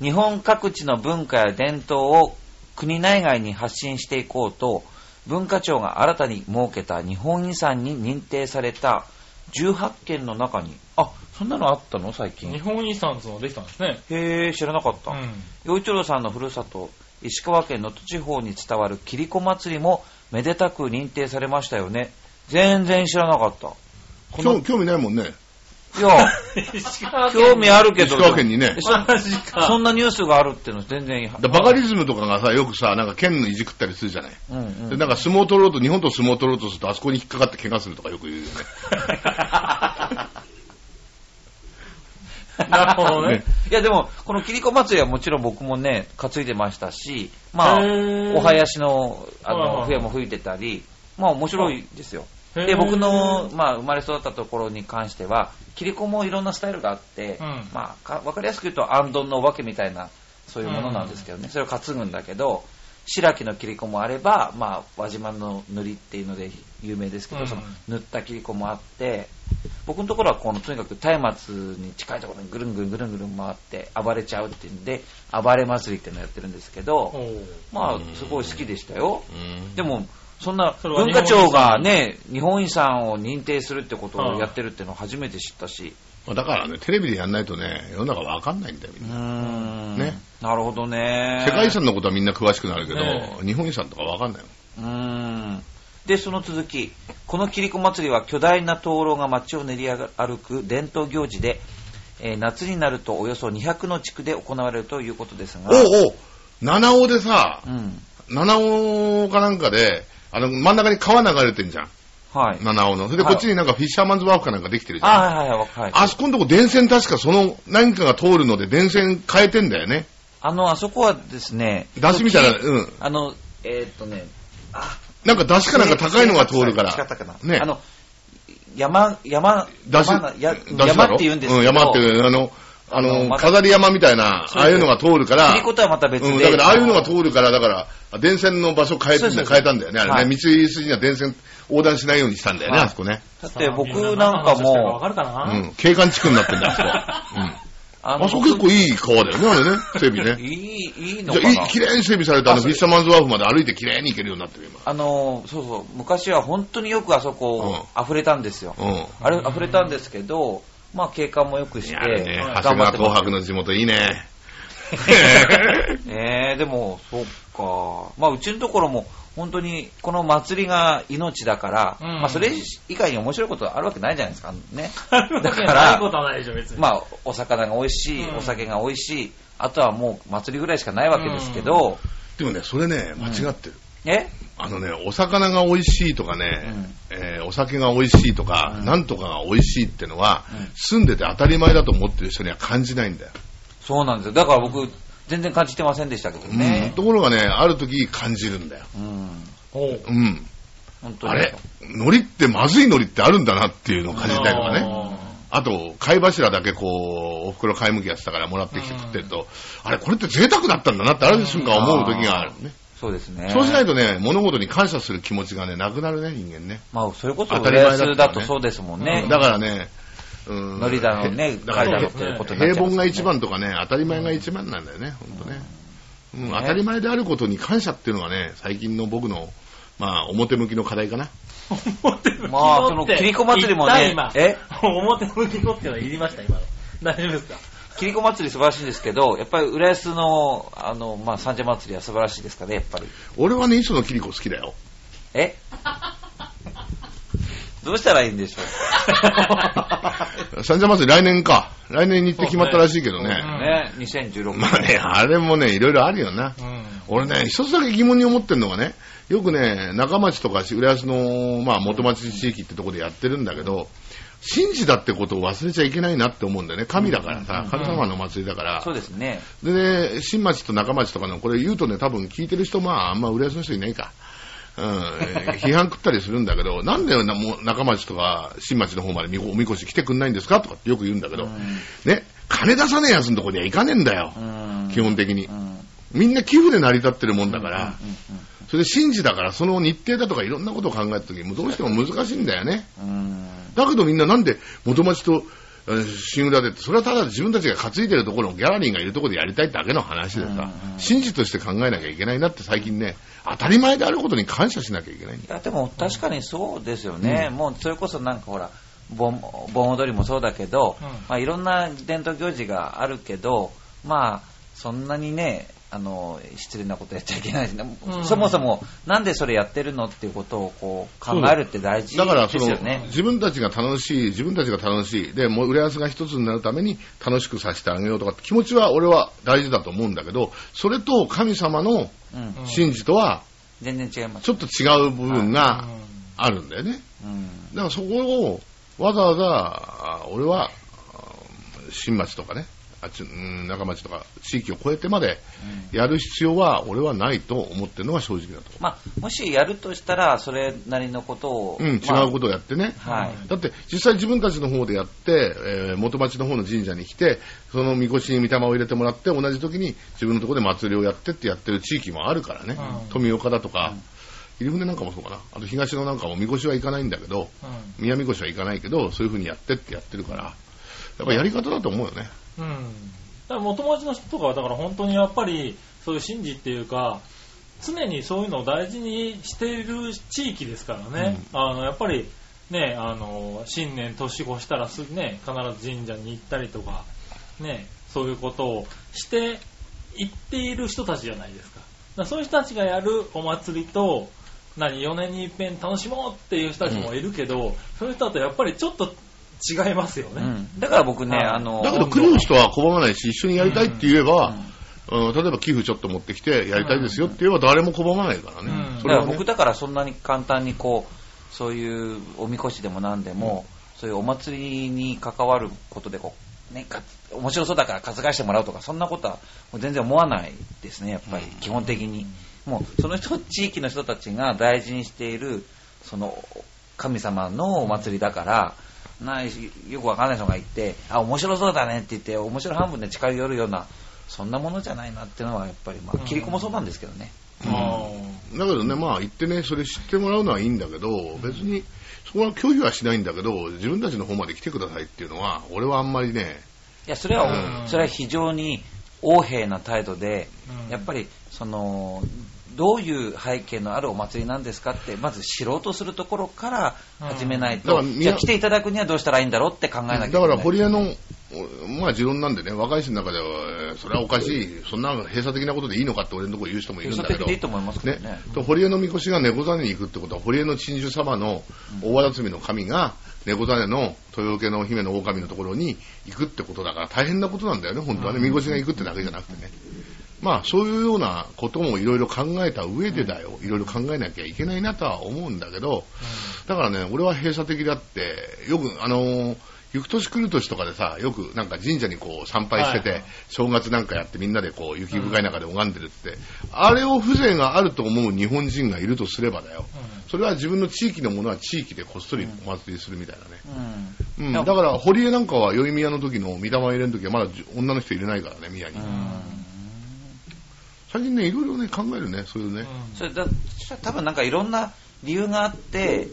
Speaker 1: 日本各地の文化や伝統を国内外に発信していこうと、文化庁が新たに設けた日本遺産に認定された18件の中に、あ、そんなのあったの最
Speaker 2: 日
Speaker 1: 近。
Speaker 2: 本遺産っていうのができたんですね。
Speaker 1: へー、知らなかった。
Speaker 2: う
Speaker 1: 陽一郎さんのふるさと、石川県能登地方に伝わるキリコ祭りもめでたく認定されましたよね。全然知らなかった。こ
Speaker 3: 興
Speaker 1: の
Speaker 3: 興味ないもんね。
Speaker 1: い
Speaker 3: *laughs*
Speaker 1: や、
Speaker 2: 石川県に
Speaker 1: 興味あるけど。
Speaker 3: 石川県にね
Speaker 1: え。
Speaker 2: マジか。
Speaker 1: そんなニュースがあるっていうの全然いい。
Speaker 3: だバカリズムとかがさ、よくさ、なんか剣のいじくったりするじゃない。
Speaker 1: うんう
Speaker 3: で、
Speaker 1: ん。
Speaker 3: なんか相撲取ろうと、日本と相撲取ろうとすると、あそこに引っかかって怪我するとかよく言うよね。
Speaker 2: *laughs* なるほどね。
Speaker 1: *laughs* いやでも、この桐子祭りはもちろん僕もね、担いでましたし、まあ
Speaker 2: へ、ー
Speaker 1: お囃子の、あ
Speaker 2: はいはいは
Speaker 1: の、
Speaker 2: い
Speaker 1: 笛も吹いてたり、まあ面白いですよ。
Speaker 2: へー
Speaker 1: で、僕の、まあ、生まれ育ったところに関しては、切子もいろんなスタイルがあって、
Speaker 2: うん
Speaker 1: まあ、かわかりやすく言うと、アンドンのお化けみたいな、そういうものなんですけどね、それを担ぐんだけど、白木の切子もあれば、まあ、輪島の塗りっていうので有名ですけど、
Speaker 2: うん
Speaker 1: その塗った切子もあって、僕のところはこの、とにかく松明に近いところにぐるんぐるんぐるんぐるん回って、暴れちゃうっていうんで、暴れ祭りっていうのをやってるんですけど、
Speaker 2: おう
Speaker 1: まあ、すごい好きでしたよ。で
Speaker 3: も、
Speaker 1: も、そんな
Speaker 2: それは
Speaker 1: 文化庁がね、日本遺産を認定するってことをやってるってのを初めて知ったし、
Speaker 3: まあだからね、テレビでやんないとね、世の中わかんないんだよ、み
Speaker 1: うん
Speaker 3: な。
Speaker 1: ーん、
Speaker 3: ね
Speaker 1: なるほどね。
Speaker 3: 世界遺産のことはみんな詳しくなるけど、
Speaker 2: ね
Speaker 3: 日本遺産とかわかんないもん。
Speaker 1: うーん。で、その続き、この切子祭りは巨大な灯籠が街を練り歩く伝統行事で、えー夏になるとおよそ200の地区で行われるということですが、
Speaker 3: おうおう七尾でさ
Speaker 1: う、ん。
Speaker 3: 七尾かなんかで、あの、真ん中に川流れてんじゃん。
Speaker 1: はい。
Speaker 3: 七尾の。それでこっちになんかフィッシャーマンズワーフかなんかできてるじゃん。
Speaker 1: あ、はいはいはい、はい。
Speaker 3: あそこのとこ電線確かその何かが通るので電線変えてんだよね。
Speaker 1: あの、あそこはですね、
Speaker 3: 出汁みたいな、うん。
Speaker 1: あの、えーっとね、あ、
Speaker 3: なんか出汁かなんか高いのが通るから。
Speaker 1: 近かったかな。
Speaker 3: ね
Speaker 1: あ。の、山、山、
Speaker 3: 出汁、
Speaker 1: 山や
Speaker 3: 出汁だろ
Speaker 1: 山って言うんですけど、
Speaker 3: うん、山っていう、あの、あ
Speaker 1: あの
Speaker 3: の、
Speaker 1: また
Speaker 3: 飾り山みたいな、
Speaker 1: そうそう
Speaker 3: ああいうのが通るから
Speaker 1: 切り、子とはまた別で。
Speaker 3: うん、だからああいうのが通るから、だから、電線の場所変え
Speaker 1: そう
Speaker 3: て
Speaker 1: そうそう
Speaker 3: 変えたんだよね、あれね。
Speaker 1: はい
Speaker 3: 道筋には電線横断しないようにしたんだよね、
Speaker 1: はい
Speaker 3: あそこね。
Speaker 1: だって僕なんか
Speaker 2: さあみな何の話してるわ
Speaker 1: も、
Speaker 2: かるかな、
Speaker 3: うん。景観地区になってんだよ、あそこは。
Speaker 1: *laughs* あ
Speaker 3: うん。あそこ結構いい川だよね、あ
Speaker 1: *laughs*
Speaker 3: れね。整備
Speaker 1: い
Speaker 3: ね。
Speaker 1: い、いいの
Speaker 3: じ
Speaker 1: か
Speaker 3: ゃあい、
Speaker 1: ない
Speaker 3: 綺麗に整備されたあの、
Speaker 1: あ
Speaker 3: フ
Speaker 1: そ
Speaker 3: ィ
Speaker 1: う
Speaker 3: ッシャーマンズワーフまで歩いて綺麗に行けるようになってるよ、
Speaker 1: あの、そうそう、昔は本当によくあそこ、溢れたんですよ。
Speaker 3: 今。うん。
Speaker 1: あれ、溢れたんですけど、まあ、景観も良くして、
Speaker 3: いやあれね、
Speaker 2: はい
Speaker 3: 長谷川紅白の地元いいね。ね
Speaker 1: えー、でも、そっか。まあ、うちのところも、本当に、この祭りが命だから、
Speaker 2: うん
Speaker 1: まあ、それ以外に面白いことあるわけないじゃないですか、ね。
Speaker 2: だ *laughs*
Speaker 1: だ
Speaker 2: か、
Speaker 1: からら
Speaker 2: ないことはないでしょ、別に。
Speaker 1: まあ、お魚が美味しい、
Speaker 2: うん
Speaker 1: お酒が美味しい、あとはもう祭りぐらいしかないわけですけど、
Speaker 3: *laughs* でもね、それね、間違ってる。
Speaker 1: え
Speaker 3: あのね、お魚が美味しいとかね、
Speaker 1: うん
Speaker 3: えーお酒が美味しいとか、
Speaker 1: うん
Speaker 3: なんとかが美味しいってのは、
Speaker 1: うん
Speaker 3: 住んでて当たり前だと思ってる人には感じないんだよ。
Speaker 1: そうなんですよ。だから僕、全然感じてませんでしたけどね
Speaker 3: うん。ところがね、ある時感じるんだよ。
Speaker 1: うん。
Speaker 2: おう
Speaker 3: うん。
Speaker 1: 本当に。
Speaker 3: あれ海苔ってまずい海苔ってあるんだなっていうのを感じたりとかね。
Speaker 2: あ
Speaker 3: あと、貝柱だけこう、お袋買い向きやってたからもらってきて食ってると、あれ、これって贅沢だったんだなってある瞬間思う時があるね。
Speaker 1: そうですね。
Speaker 3: そうしないとね、物事に感謝する気持ちがね、なくなるね、人間ね。
Speaker 1: まあ、それこそ、
Speaker 3: 当たり前だった
Speaker 1: 浦
Speaker 3: ね
Speaker 1: 安だとそうですもんね。
Speaker 3: だからね、うん
Speaker 1: ノリだのね、
Speaker 3: だか
Speaker 1: 海だの
Speaker 2: 貝
Speaker 3: らね
Speaker 1: っていうことになっ
Speaker 3: 平
Speaker 1: ちゃいます
Speaker 3: 凡
Speaker 1: もんね
Speaker 3: が一番とかね、当たり前が一番なんだよね、本当ね。うん、当たり前であることに感謝っていうのはね、最近の僕の、まあ、表向きの課題かな。
Speaker 2: 表向きのって
Speaker 1: まあその切り子祭りもね
Speaker 2: 言った *laughs*
Speaker 1: え
Speaker 2: 今表向きのってのは言いました、今の。大丈夫ですか
Speaker 1: 切子祭り素晴らしいんですけど、やっぱり浦安の、あの、まあ、三社祭りは素晴らしいですかね、やっぱり。
Speaker 3: 俺はね、磯野桐子好きだよ。 *laughs*
Speaker 1: えどうしたらいいんでしょう
Speaker 3: 三社祭り来年か。来年に行って決まったらしいけど
Speaker 2: そう
Speaker 3: *laughs* ね。
Speaker 1: ね、2016年。
Speaker 3: ま *laughs* あね、あれもね、いろいろあるよ *laughs* な。
Speaker 2: うん。
Speaker 3: 俺ね、一つだけ疑問に思ってるのがね、よくね、中町とか浦安の、まあ、元町地域ってとこでやってるんだけど、神事だってことを忘れちゃいけないなって思うんだよね。神だからさ、神様の祭りだから
Speaker 1: そう。ですね。
Speaker 3: でね、新町と中町とかの、これ言うとね、多分聞いてる人、まあ、あんま浦安の人いないか。うん、 *laughs* 批判食ったりするんだけど、なんでなもう中町とか新町の方までみこおみこし来てくんないんですかとかってよく言うんだけど、ね、金出さねえやつのとこには行かねえんだよ
Speaker 1: う、ん。
Speaker 3: 基本的に
Speaker 1: う。ん。
Speaker 3: みんな寄付で成り立ってるもんだから、
Speaker 1: うん
Speaker 3: それで神事だから、その日程だとかいろんなことを考えたときに、もうどうしても難しいんだよね。
Speaker 1: うん。
Speaker 3: だけどみんななんで元町とえー新浦でって、それはただ自分たちが担いでるところ、ギャラリーがいるところでやりたいだけの話で
Speaker 1: うんう
Speaker 3: さ
Speaker 1: ん、
Speaker 3: 神事として考えなきゃいけないなって最近ね、当たり前であることに感謝しなきゃいけないんだ
Speaker 1: いやでも確かにそうですよね、もうそれこそなんかほら盆盆踊りもそうだけど、
Speaker 2: うん
Speaker 1: まあ、いろんな伝統行事があるけど、まあ、そんなにねあの失礼なことやっちゃいけないし、ね
Speaker 2: うん
Speaker 1: そもそもなんでそれやってるのっていうことをこう考えるって大事
Speaker 3: だから、
Speaker 1: で
Speaker 3: そ
Speaker 1: す
Speaker 3: の
Speaker 1: よね。
Speaker 3: 自分たちが楽しい、自分たちが楽しい、で、もう、裏安が一つになるために楽しくさせてあげようとかって気持ちは俺は大事だと思うんだけど、それと神様の
Speaker 1: うん、
Speaker 2: うん
Speaker 3: 神事とは
Speaker 1: 全然違います。
Speaker 3: ちょっと違う部分
Speaker 2: う
Speaker 3: が
Speaker 2: ん
Speaker 3: あるんだよね。
Speaker 1: うん、
Speaker 3: だからそこをわざわざ、あ俺は、あ新町とかね、あっち、うん中町とか地域を越えてまでやる必要は俺はないと思ってるのが正直だと。
Speaker 1: まあ、もしやるとしたら、それなりのことを、
Speaker 3: うん、違
Speaker 1: まあ
Speaker 3: うことをやってね。
Speaker 1: はい。
Speaker 3: だって実際自分たちの方でやって、えー元町の方の神社に来てそのみこしに御霊を入れてもらって同じ時に自分のところで祭りをやってってやってる地域もあるからね、
Speaker 2: うん
Speaker 3: 富岡だとか、入船なんかもそうかなあと東野なんかもみこしは行かないんだけど
Speaker 2: 嗯
Speaker 3: 宮みこしは行かないけどそういう風にやってってやってるからやっぱやり方だと思うよね、
Speaker 2: うん。うん。だから、元町の人とかは、だから本当にやっぱり、そういう神事っていうか、常にそういうのを大事にしている地域ですからね。あの、やっぱり、ね、あの、新年年越したらすぐね、必ず神社に行ったりとか、ね、そういうことをして行っている人たちじゃないですか。だからそういう人たちがやるお祭りと、何、4年に一遍楽しもうっていう人たちもいるけど、そういう人だとやっぱりちょっと違いますよね。
Speaker 1: うん、だから僕ね、
Speaker 2: はい
Speaker 1: あの、
Speaker 3: だけど来る人は拒まないし一緒にやりたいって言えば、うん例えば寄付ちょっと持ってきてやりたいですよって言えば誰も拒まないからね、
Speaker 2: うん
Speaker 1: だか
Speaker 3: それ
Speaker 1: ら
Speaker 3: はね
Speaker 1: 僕だからそんなに簡単にこうそういうおみこしでも何でも、そういうお祭りに関わることでこう、ね、か面白そうだから担がしてもらうとかそんなことはもう全然思わないですねやっぱり、
Speaker 3: うん
Speaker 1: 基本的にもうその人地域の人たちが大事にしているその神様のお祭りだから、ないしよくわかんない人がいてあ面白そうだねって言って面白半分で近寄るようなそんなものじゃないなっていうのはやっぱりまあ
Speaker 2: うん
Speaker 1: 切り子もそうなんですけどね、
Speaker 2: あ
Speaker 3: だけどね、まあ行ってね、それ知ってもらうのはいいんだけど、別に、そこは拒否はしないんだけど、自分たちの方まで来てくださいっていうのは、俺はあんまりね、
Speaker 1: いや、それは、
Speaker 2: うん
Speaker 1: それは非常に横柄な態度で、
Speaker 2: うん
Speaker 1: やっぱり、その、どういう背景のあるお祭りなんですかって、まず知ろうとするところから始めないと、
Speaker 3: うんだから
Speaker 1: じゃあ来ていただくにはどうしたらいいんだろうって考えなきゃいけ
Speaker 3: だ
Speaker 1: な
Speaker 3: か
Speaker 1: い。
Speaker 3: ら堀江の、おまあ持論なんでね、若い人の中では、えーそれはおかしい、そんな閉鎖的なことでいいのかって俺のところ言う人もいるん
Speaker 1: 嘘
Speaker 3: だけ
Speaker 1: 的
Speaker 3: ど。
Speaker 1: でいいと思いますけ
Speaker 3: ね
Speaker 1: どね。
Speaker 3: と堀江の神輿が猫種に行くってことは堀江の鎮守様の大和罪の神が猫種の豊受の姫の狼のところに行くってことだから大変なことなんだよね本当はね神輿が行くってだけじゃなくてねまあそういうようなこともいろいろ考えた上でだよいろいろ考えなきゃいけないなとは思うんだけどだからね俺は閉鎖的だってよくあのー行く年来る年とかでさ、よくなんか神社にこう参拝してて、
Speaker 2: はい
Speaker 3: 正月なんかやってみんなでこう雪深い中で拝んでるって、あれを風情があると思う日本人がいるとすればだよ、それは自分の地域のものは地域でこっそりお祭りするみたいなね、
Speaker 1: う
Speaker 3: うん
Speaker 1: ん。
Speaker 3: だから堀江なんかは宵宮の時の御霊入れの時はまだじ女の人入れないからね宮に、最近ねいろいろね考えるねそういうね、
Speaker 1: それだそれ多分なんかいろんな理由があって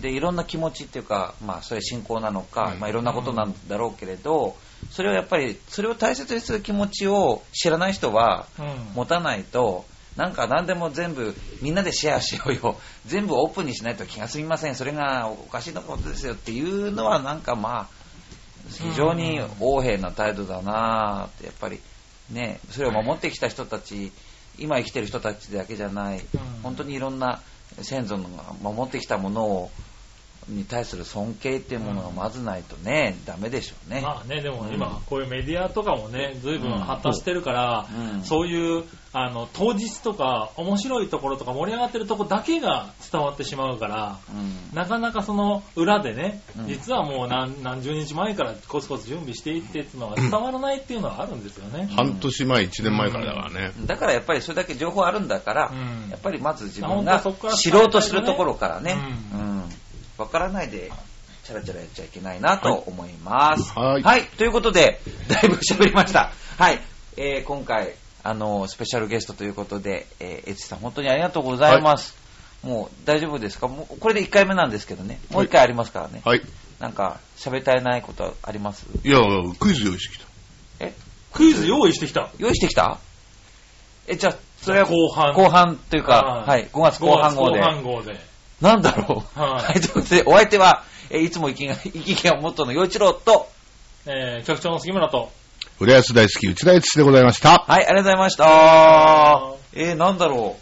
Speaker 1: でいろんな気持ちっていうか、まあ、それ信仰なのか、
Speaker 3: うん
Speaker 1: まあ、いろんなことなんだろうけれどそれをやっぱりそれを大切にする気持ちを知らない人は持たないとなんか何でも全部みんなでシェアしようよ *laughs* 全部オープンにしないと気が済みませんそれがおかしいなことですよっていうのはなんかまあ非常に横柄な態度だなってやっぱりねそれを守ってきた人たち今生きてる人たちだけじゃない本当にいろんな先祖の守ってきたものをに対する尊敬っていうものがまずないとねダメでしょうね。
Speaker 2: まあね、でも今、こういうメディアとかもね、随分発達してるから、
Speaker 1: うん
Speaker 2: そういう、あの、当日とか、面白いところとか、盛り上がってるとこだけが伝わってしまうから、
Speaker 1: うん
Speaker 2: なかなかその裏でね
Speaker 1: う、ん
Speaker 2: 実はもう何何十日前からコツコツ準備していってっていうのは伝わらないっていうのはあるんですよね。
Speaker 3: 半年前1年前からだからね、
Speaker 1: だからやっぱりそれだけ情報あるんだから、
Speaker 2: うん
Speaker 1: やっぱりまず自分
Speaker 2: まあ
Speaker 1: が
Speaker 2: 本当はそこから
Speaker 1: 知ろうとしてるところからね、
Speaker 2: う
Speaker 1: うんん分からないでチャラチャラやっちゃいけないなと思います。
Speaker 3: はい
Speaker 1: ということで、だいぶ喋りました。はい、えー今回、あのスペシャルゲストということで、えー、エッチさん本当にありがとうございます。もう大丈夫ですかもうこれで1回目なんですけどね、もう1回ありますからね。
Speaker 3: はい
Speaker 1: なんか、喋り足りないことあります
Speaker 3: いやクイズ用意してきた
Speaker 1: え
Speaker 2: クイズ用意してきた。
Speaker 1: 用意してきたえ、じゃあ、それは
Speaker 2: 後半
Speaker 1: 後半というか、はい、5月後半号
Speaker 2: 5
Speaker 1: で
Speaker 2: 月。後半号で。
Speaker 1: なんだろう。
Speaker 2: はい
Speaker 1: はい、ということで、お相手は、えーいつも生きが、生きが元の洋一郎と、
Speaker 2: えー局長の杉村と、
Speaker 4: 浦安大好き、内田悦司でございました。
Speaker 1: はい、ありがとうございました。えー、なんだろ